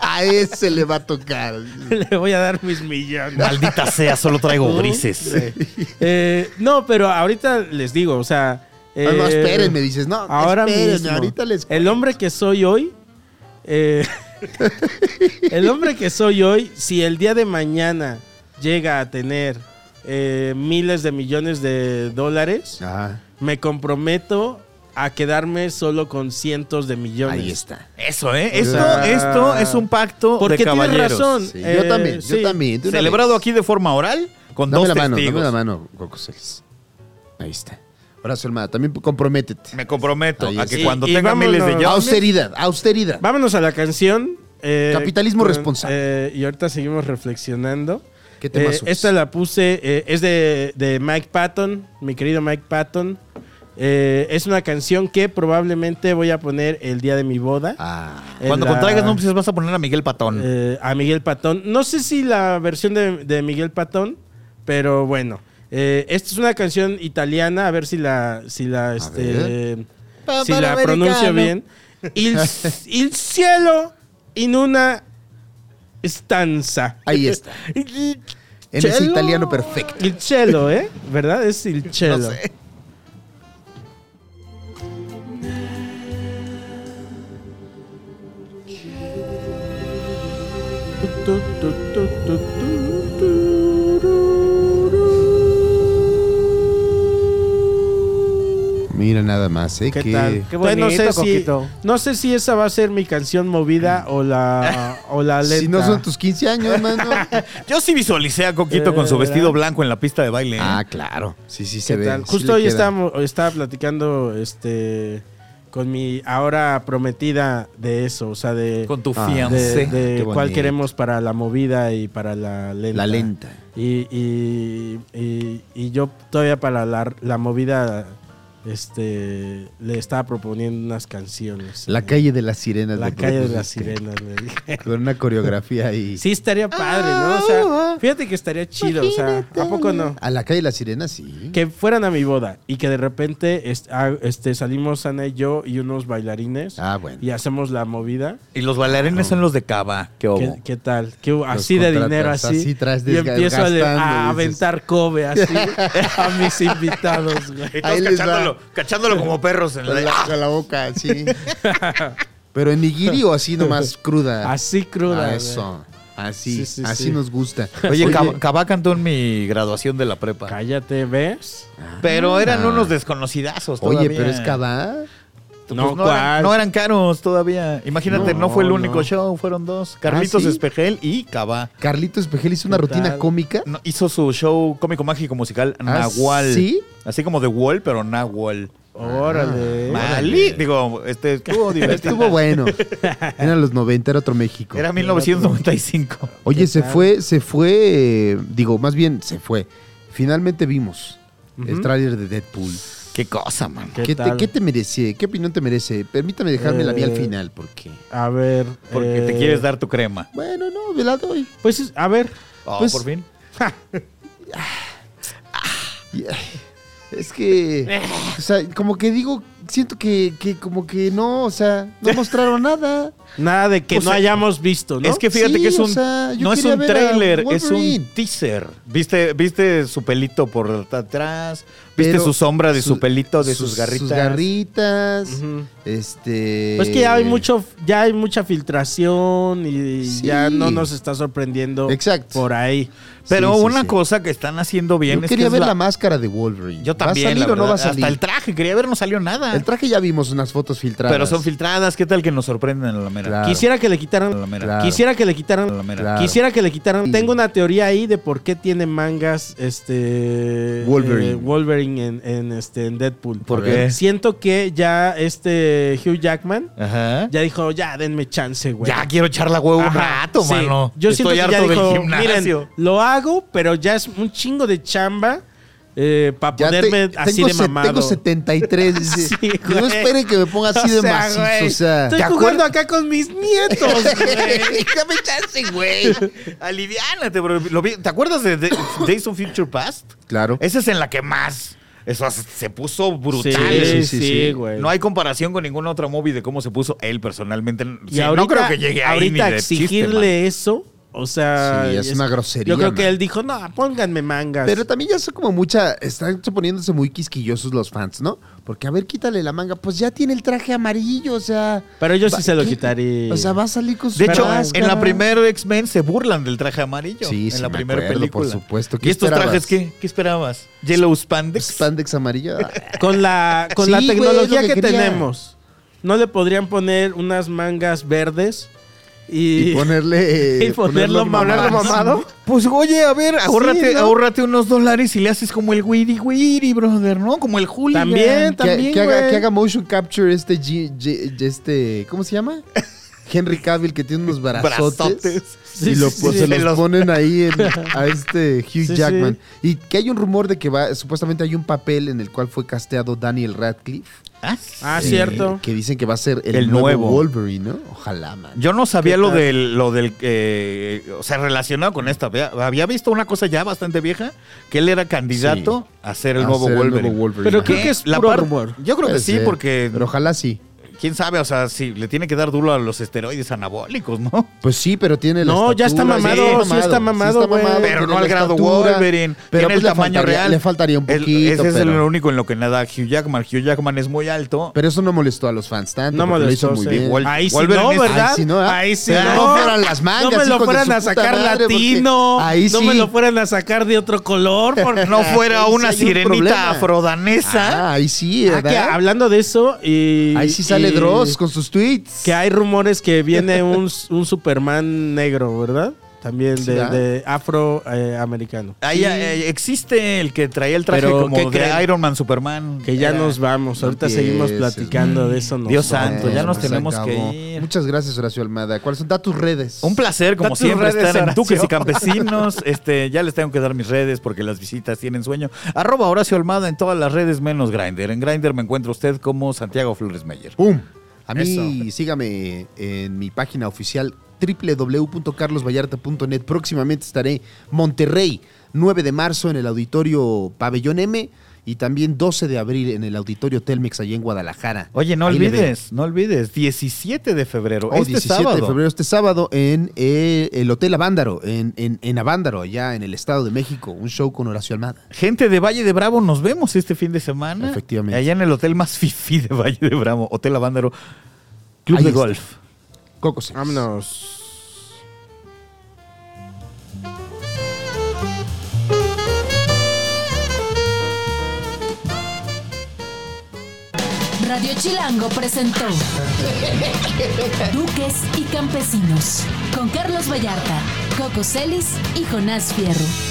D: A ese le va a tocar.
F: le voy a dar mis millones.
G: Maldita sea, solo traigo grises.
F: Eh, no, pero ahorita les digo, o sea.
D: No, no,
F: eh,
D: espérenme, dices. No,
F: Ahora
D: espérenme,
F: mismo, Eh,
D: ahorita les.
F: el hombre que soy hoy, eh, el hombre que soy hoy, si el día de mañana llega a tener eh, miles de millones de dólares,
D: Ajá,
F: me comprometo a quedarme solo con cientos de millones.
D: ahí está.
G: Eso, ¿eh? Esto,
F: sea,
G: esto es un pacto
F: Porque
G: de
F: tienes
G: caballeros.
F: razón.
D: Sí,
F: eh,
D: yo también, yo
F: sí.
D: también. de una
G: Celebrado
D: vez.
G: aquí de forma oral, Con
D: dame
G: dos
D: la mano,
G: testigos.
D: dame la mano, Cocoseles. Ahí está. Brazo hermana, también comprométete.
G: Me comprometo
D: Ahí
G: a
D: es.
G: que
F: Y-
G: cuando
F: y
G: tenga miles de
F: vámonos.
G: yo
D: Austeridad, austeridad.
F: Vámonos a la canción. eh,
D: Capitalismo responsable.
F: eh, y ahorita seguimos reflexionando.
D: ¿Qué tema
F: Eh,
D: subes?
F: esta la puse, eh, es de, de Mike Patton, mi querido Mike Patton. Eh, es una canción que probablemente voy a poner el día de mi boda.
D: Ah,
F: En
G: Cuando
F: la-
G: contraigas pues nupcias vas a poner a Miguel Patón.
F: eh, a Miguel Patón. No sé si la versión de, de Miguel Patón, pero bueno. Eh, esta es una canción italiana, a ver si la, si la, este, si la pronuncio bien. Il, il cielo in una stanza.
D: ahí está. En ese
F: Chelo.
D: italiano perfecto.
F: Il cielo, ¿eh? ¿Verdad? Es il cielo.
D: Mira nada más, ¿eh?
F: ¿Qué
D: que-
F: tal?
E: Qué
F: Todavía no, sé
E: bonito,
F: si,
E: Coquito.
F: no sé si esa va a ser mi canción movida o la, o la lenta.
D: Si no son tus 15 años, Eh. mano.
G: Yo sí visualicé a Coquito
F: Eh,
G: con su vestido
F: ¿verdad?
G: blanco en la pista de baile. ¿eh?
D: ah, claro. Sí, sí, se
F: ¿Qué
D: ve.
F: tal?
D: sí
F: Justo
D: le
F: hoy
D: queda.
F: estábamos- hoy estaba platicando este con mi ahora prometida de eso, o sea, de,
G: con tu
D: Ah,
F: de,
G: fiancé.
F: de
D: Qué
F: cuál
D: bonito.
F: queremos para la movida y para la lenta.
D: La lenta.
F: Y, y, y- y yo todavía para la, la movida este le estaba proponiendo unas canciones.
D: La calle de las sirenas.
F: La
D: de
F: calle de
D: Corpus
F: las
D: Christi.
F: sirenas. le dije.
D: Con una coreografía ahí.
F: Sí, estaría padre, ¿no? O
D: Ah,
F: sea, fíjate que estaría chido, o sea, ¿a poco no?
D: A la calle de las sirenas, sí.
F: que fueran a mi boda y que de repente est- ah, este, salimos Ana y yo y unos bailarines
D: Ah, bueno.
F: y hacemos la movida.
G: Y los bailarines son los de Cava. Qué obo.
F: ¿Qué, qué tal? ¿Qué hubo? así de
D: contratas,
F: dinero, así.
D: así traes
F: y
D: desga-
F: empiezo a, de- a
D: gastando, dices.
F: aventar cobre así a mis invitados, güey.
G: Y todos
D: Ahí les va.
G: cachándolo, cachándolo como perros en la- ¡Ah!
D: Con la, con la boca, sí. Pero en nigiri o así nomás cruda.
F: Así cruda.
D: Ah,
F: güey.
D: eso. Así,
F: Sí, sí,
D: así
F: sí.
D: nos gusta.
G: Oye, Cava Cava cantó en mi graduación de la prepa.
F: Cállate, ¿ves?
G: Pero eran
D: Ah.
G: unos desconocidazos
D: Oye,
G: todavía.
D: pero es Cabá.
G: Pues
F: No,
G: no, eran,
F: ¿cuál?
G: no eran caros todavía. Imagínate, no, Ah,
F: No,
G: fue el
F: no.
G: único show, fueron dos. Carlitos
D: ¿sí?
G: Espejel y Cava.
D: Carlito Espejel hizo una
F: ¿Qué
D: rutina
F: tal?
D: cómica.
G: No, hizo su show cómico mágico musical
D: Ah,
G: Nahual.
D: ¿sí?
G: Así como The Wall, pero Nahual.
D: Ah,
F: Órale.
G: Malí. Digo, este Eh, estuvo divertido.
D: Estuvo bueno. Eran los 90, era otro México.
G: Era 1995.
D: Oye,
F: ¿Qué
D: se
F: tal?
D: fue, se fue, eh, digo, más bien se fue. Finalmente vimos el tráiler de Deadpool.
G: Qué cosa, man.
D: ¿Qué,
F: ¿Qué
D: te,
F: tal?
D: ¿Qué te merece? ¿Qué opinión te merece? Permítame dejarme la vía al
F: Eh,
D: final, porque...
F: A ver.
G: Porque te
F: eh,
G: quieres dar tu crema.
D: Bueno, no, me la doy.
F: Pues, es- a ver.
G: Oh,
D: pues-
G: por fin.
D: Y, ay, Es que, o sea, como que digo, siento que, que como que no, o sea, no mostraron nada.
F: Nada de que
G: Pues,
F: no hayamos visto, ¿no?
G: Es que fíjate
D: Sí,
G: que es
D: o
G: un.
D: sea, yo
G: no es
D: quería
G: un
D: ver a
G: tráiler, es
D: Wolverine.
G: un teaser. ¿Viste, viste su pelito por atrás. Viste
D: Pero
G: su sombra de su,
D: su-
G: pelito, de sus, garritas.
D: Sus garritas,
F: Ujú.
D: este...
F: Pues que ya hay mucho, ya hay mucha filtración y
D: Sí.
F: ya no nos está sorprendiendo
D: Exacto.
F: por ahí.
G: Pero
D: Sí, sí,
G: una
D: sí.
G: cosa que están haciendo bien
D: Yo
G: es
D: quería
G: que es
D: ver la...
G: la-
D: máscara de Wolverine.
G: Yo también.
D: ¿Va a salir
G: la
D: o no va a
G: verdad.
D: salir?
G: Hasta el traje, quería ver, no salió nada.
D: El traje ya vimos unas fotos filtradas.
G: Pero son filtradas, ¿qué tal que nos sorprenden a la mera?
D: Claro.
F: Quisiera que le quitaran,
G: A la mera.
D: Claro.
F: quisiera que le quitaran,
G: A la mera.
D: Claro.
F: quisiera que le quitaran.
D: Sí.
F: Tengo una teoría ahí de por qué tiene mangas, este,
D: Wolverine.
F: eh, Wolverine en, en, este, en Deadpool.
G: ¿Por
F: A
G: qué?
F: ver. Siento que ya este Hugh Jackman
G: Ajá.
F: ya dijo ya denme chance, güey.
G: Ya quiero echar la huevo un
F: Ajá,
G: rato,
F: sí.
G: mano.
F: Yo
G: Estoy
F: siento que ya
G: harto del
F: dijo,
G: gimnasio.
F: miren, lo hago, pero ya es un chingo de chamba para
D: Ya te-
F: ponerme así
D: tengo
F: de
D: se-
F: mamado.
D: Tengo 73. dice,
F: Sí, güey.
D: no esperen que me ponga así
F: O
D: de
F: sea,
D: macizo.
F: güey,
D: O sea,
F: Estoy
D: ¿te
F: jugando
D: acuerdas?
F: acá con mis nietos, güey.
G: Dame chance, güey. Aliviánate, bro. Lo vi- ¿Te acuerdas de, de- Days of Future Past?
D: Claro.
G: Esa es en la que más. Eso se puso brutal.
F: Sí,
D: Sí,
F: sí,
D: sí,
F: sí,
D: sí.
F: güey.
G: No hay comparación con ninguna otra movie de cómo se puso él personalmente.
F: Y
G: Sí,
F: ahorita-
G: no creo que llegue ahí ni
F: ahorita
G: de
F: exigirle
G: chiste,
F: eso, o sea,
D: Sí, es una grosería,
F: Yo creo que
D: man.
F: él dijo, "No, pónganme mangas."
D: Pero también ya son como mucha. Están poniéndose muy quisquillosos los fans, ¿no? Porque a ver, quítale la manga. Pues ya tiene el traje amarillo, o sea.
F: Pero yo sí
D: va-
F: se lo
D: ¿qué?
F: quitaría.
D: O sea, va a salir con
G: man.
D: su
G: De hecho,
D: máscara.
G: en la primera X-Men se burlan del traje amarillo.
D: Sí,
G: en
D: sí
G: la
D: me
G: primera
D: acuerdo,
G: película.
D: por supuesto.
G: ¿Y
D: ¿Qué
G: estos
D: esperabas?
G: trajes qué? ¿Qué esperabas? ¿Yellow Spandex?
D: Spandex amarillo. ah,
F: con la con
D: Sí,
F: la
D: güey, es
F: tecnología
D: lo
F: que,
D: que quería.
F: tenemos, no le podrían poner unas mangas verdes y,
D: Y ponerle.
F: y ponerlo
D: mamado.
F: mamado.
E: mamado.
G: Pues oye, a ver, ahórrate,
F: ¿no?
G: ahórrate unos dólares y le haces como el Wiri Wiri, brother, ¿no? Como el Julio.
F: También,
D: Que,
F: también,
D: que haga,
F: güey.
D: que haga motion capture este, G- G- este. ¿Cómo se llama? Henry Cavill, que tiene unos brazotes.
F: Sí,
D: y lo-
F: sí,
D: pues,
F: sí.
D: se los ponen ahí en- a este Hugh
F: Sí,
D: Jackman. Y que hay un rumor de que va, supuestamente hay un papel en el cual fue casteado Daniel Radcliffe.
F: Ah,
D: eh,
F: cierto.
D: Que dicen que va a ser el,
G: El
D: nuevo,
G: nuevo.
D: Wolverine, ¿no? Ojalá, man.
G: Yo no sabía
F: ¿Qué
G: lo
F: tal?
G: del, lo del eh, o sea, relacionado con esta. Había, había visto una cosa ya bastante vieja, que él era candidato a ser el
D: Va a
G: nuevo
D: ser
G: Wolverine.
F: Pero
D: ajá.
F: creo que es
G: La
F: puro
G: par-
F: rumor.
G: Yo creo que
D: Puede
G: sí,
D: ser,
G: porque
D: Pero ojalá sí.
G: quién sabe, o sea, si le tiene que dar duro a los esteroides anabólicos, ¿no?
D: Pues sí, pero tiene la
F: No, ya está
D: estatura,
F: mamado, sí está mamado, güey.
G: Pero
D: tiene
G: no al
D: la
G: grado Wolverine,
D: Pero
G: tiene
D: pues
G: el
D: le
G: tamaño
D: faltaría-
G: real.
D: Le faltaría un
G: El-
D: poquito,
G: ese es
D: pero,
G: el único en lo que nada Hugh Jackman. Hugh Jackman es muy alto.
D: pero eso no molestó a los fans tanto,
F: No
D: porque
F: molestó,
D: lo hizo
F: sí.
D: muy bien.
G: Wol-
F: Ahí sí
G: Wolverine
F: no,
G: es-
F: ¿verdad?
D: Ahí sí no, ¿ah?
F: Ahí sí
D: Pero
F: no.
D: no fueran las mangas,
F: No me lo
D: hijos de
F: fueran
D: su
F: a
D: puta
F: sacar
D: madre, porque
F: latino.
D: ahí
F: No
D: sí.
F: me lo fueran a sacar de otro color. porque-
G: no fuera
D: Ahí sí
G: una
D: hay un
G: sirenita
D: problema.
G: afrodanesa.
D: Ah, ahí sí,
F: Ah, que
D: ¿verdad?
F: hablando de eso. Y,
D: Ahí sí sale
F: y-
D: Dross con sus tweets.
F: Que hay rumores que viene un, un Superman negro, ¿verdad? También
D: Sí,
F: de,
D: ¿verdad?
F: afroamericano.
D: Ah,
G: Ahí eh, existe el que traía el traje
F: Pero,
G: como
F: ¿qué
G: de
F: creen?
G: Iron Man, Superman.
F: que ya
G: Era-
F: nos vamos. Ahorita
D: empieces,
F: seguimos platicando de eso.
G: Dios
F: nosotros.
G: santo, ya nos
D: pues, se
G: tenemos
D: acabó.
G: que ir.
D: Muchas gracias, Horacio Almada. ¿Cuáles son? Da tus redes.
G: Un placer, como
F: Da tus
G: siempre,
F: redes,
G: estar en
F: Horacio.
G: Duques y Campesinos. Este, ya les tengo que dar mis redes porque las visitas tienen sueño. Arroba Horacio Almada en todas las redes menos Grinder. En Grinder me encuentra usted como Santiago Flores Meyer.
D: ¡Pum! A mí, sígame en mi página oficial www.carlosvallarta.net. Próximamente estaré Monterrey, 9 de marzo en el auditorio Pabellón M y también 12 de abril en el auditorio Telmex allá en Guadalajara.
G: Oye, no
D: Ahí le
G: olvides, no olvides, 17 de febrero,
D: veo. Oh,
G: este
D: 17 de
G: sábado.
D: febrero, este sábado, en eh, el Hotel Avándaro, en, en, en Avándaro, allá en el Estado de México. Un show con Horacio Almada.
G: Gente de Valle de Bravo, nos vemos este fin de semana.
D: Efectivamente.
G: Allá en el hotel más fifí de Valle de Bravo, Hotel Avándaro, Club
D: Ahí
G: de
D: está.
G: Golf.
D: Coco Celis.
F: Vámonos.
A: Radio Chilango presentó Duques y Campesinos con Carlos Vallarta, Coco Celis y Jonás Fierro.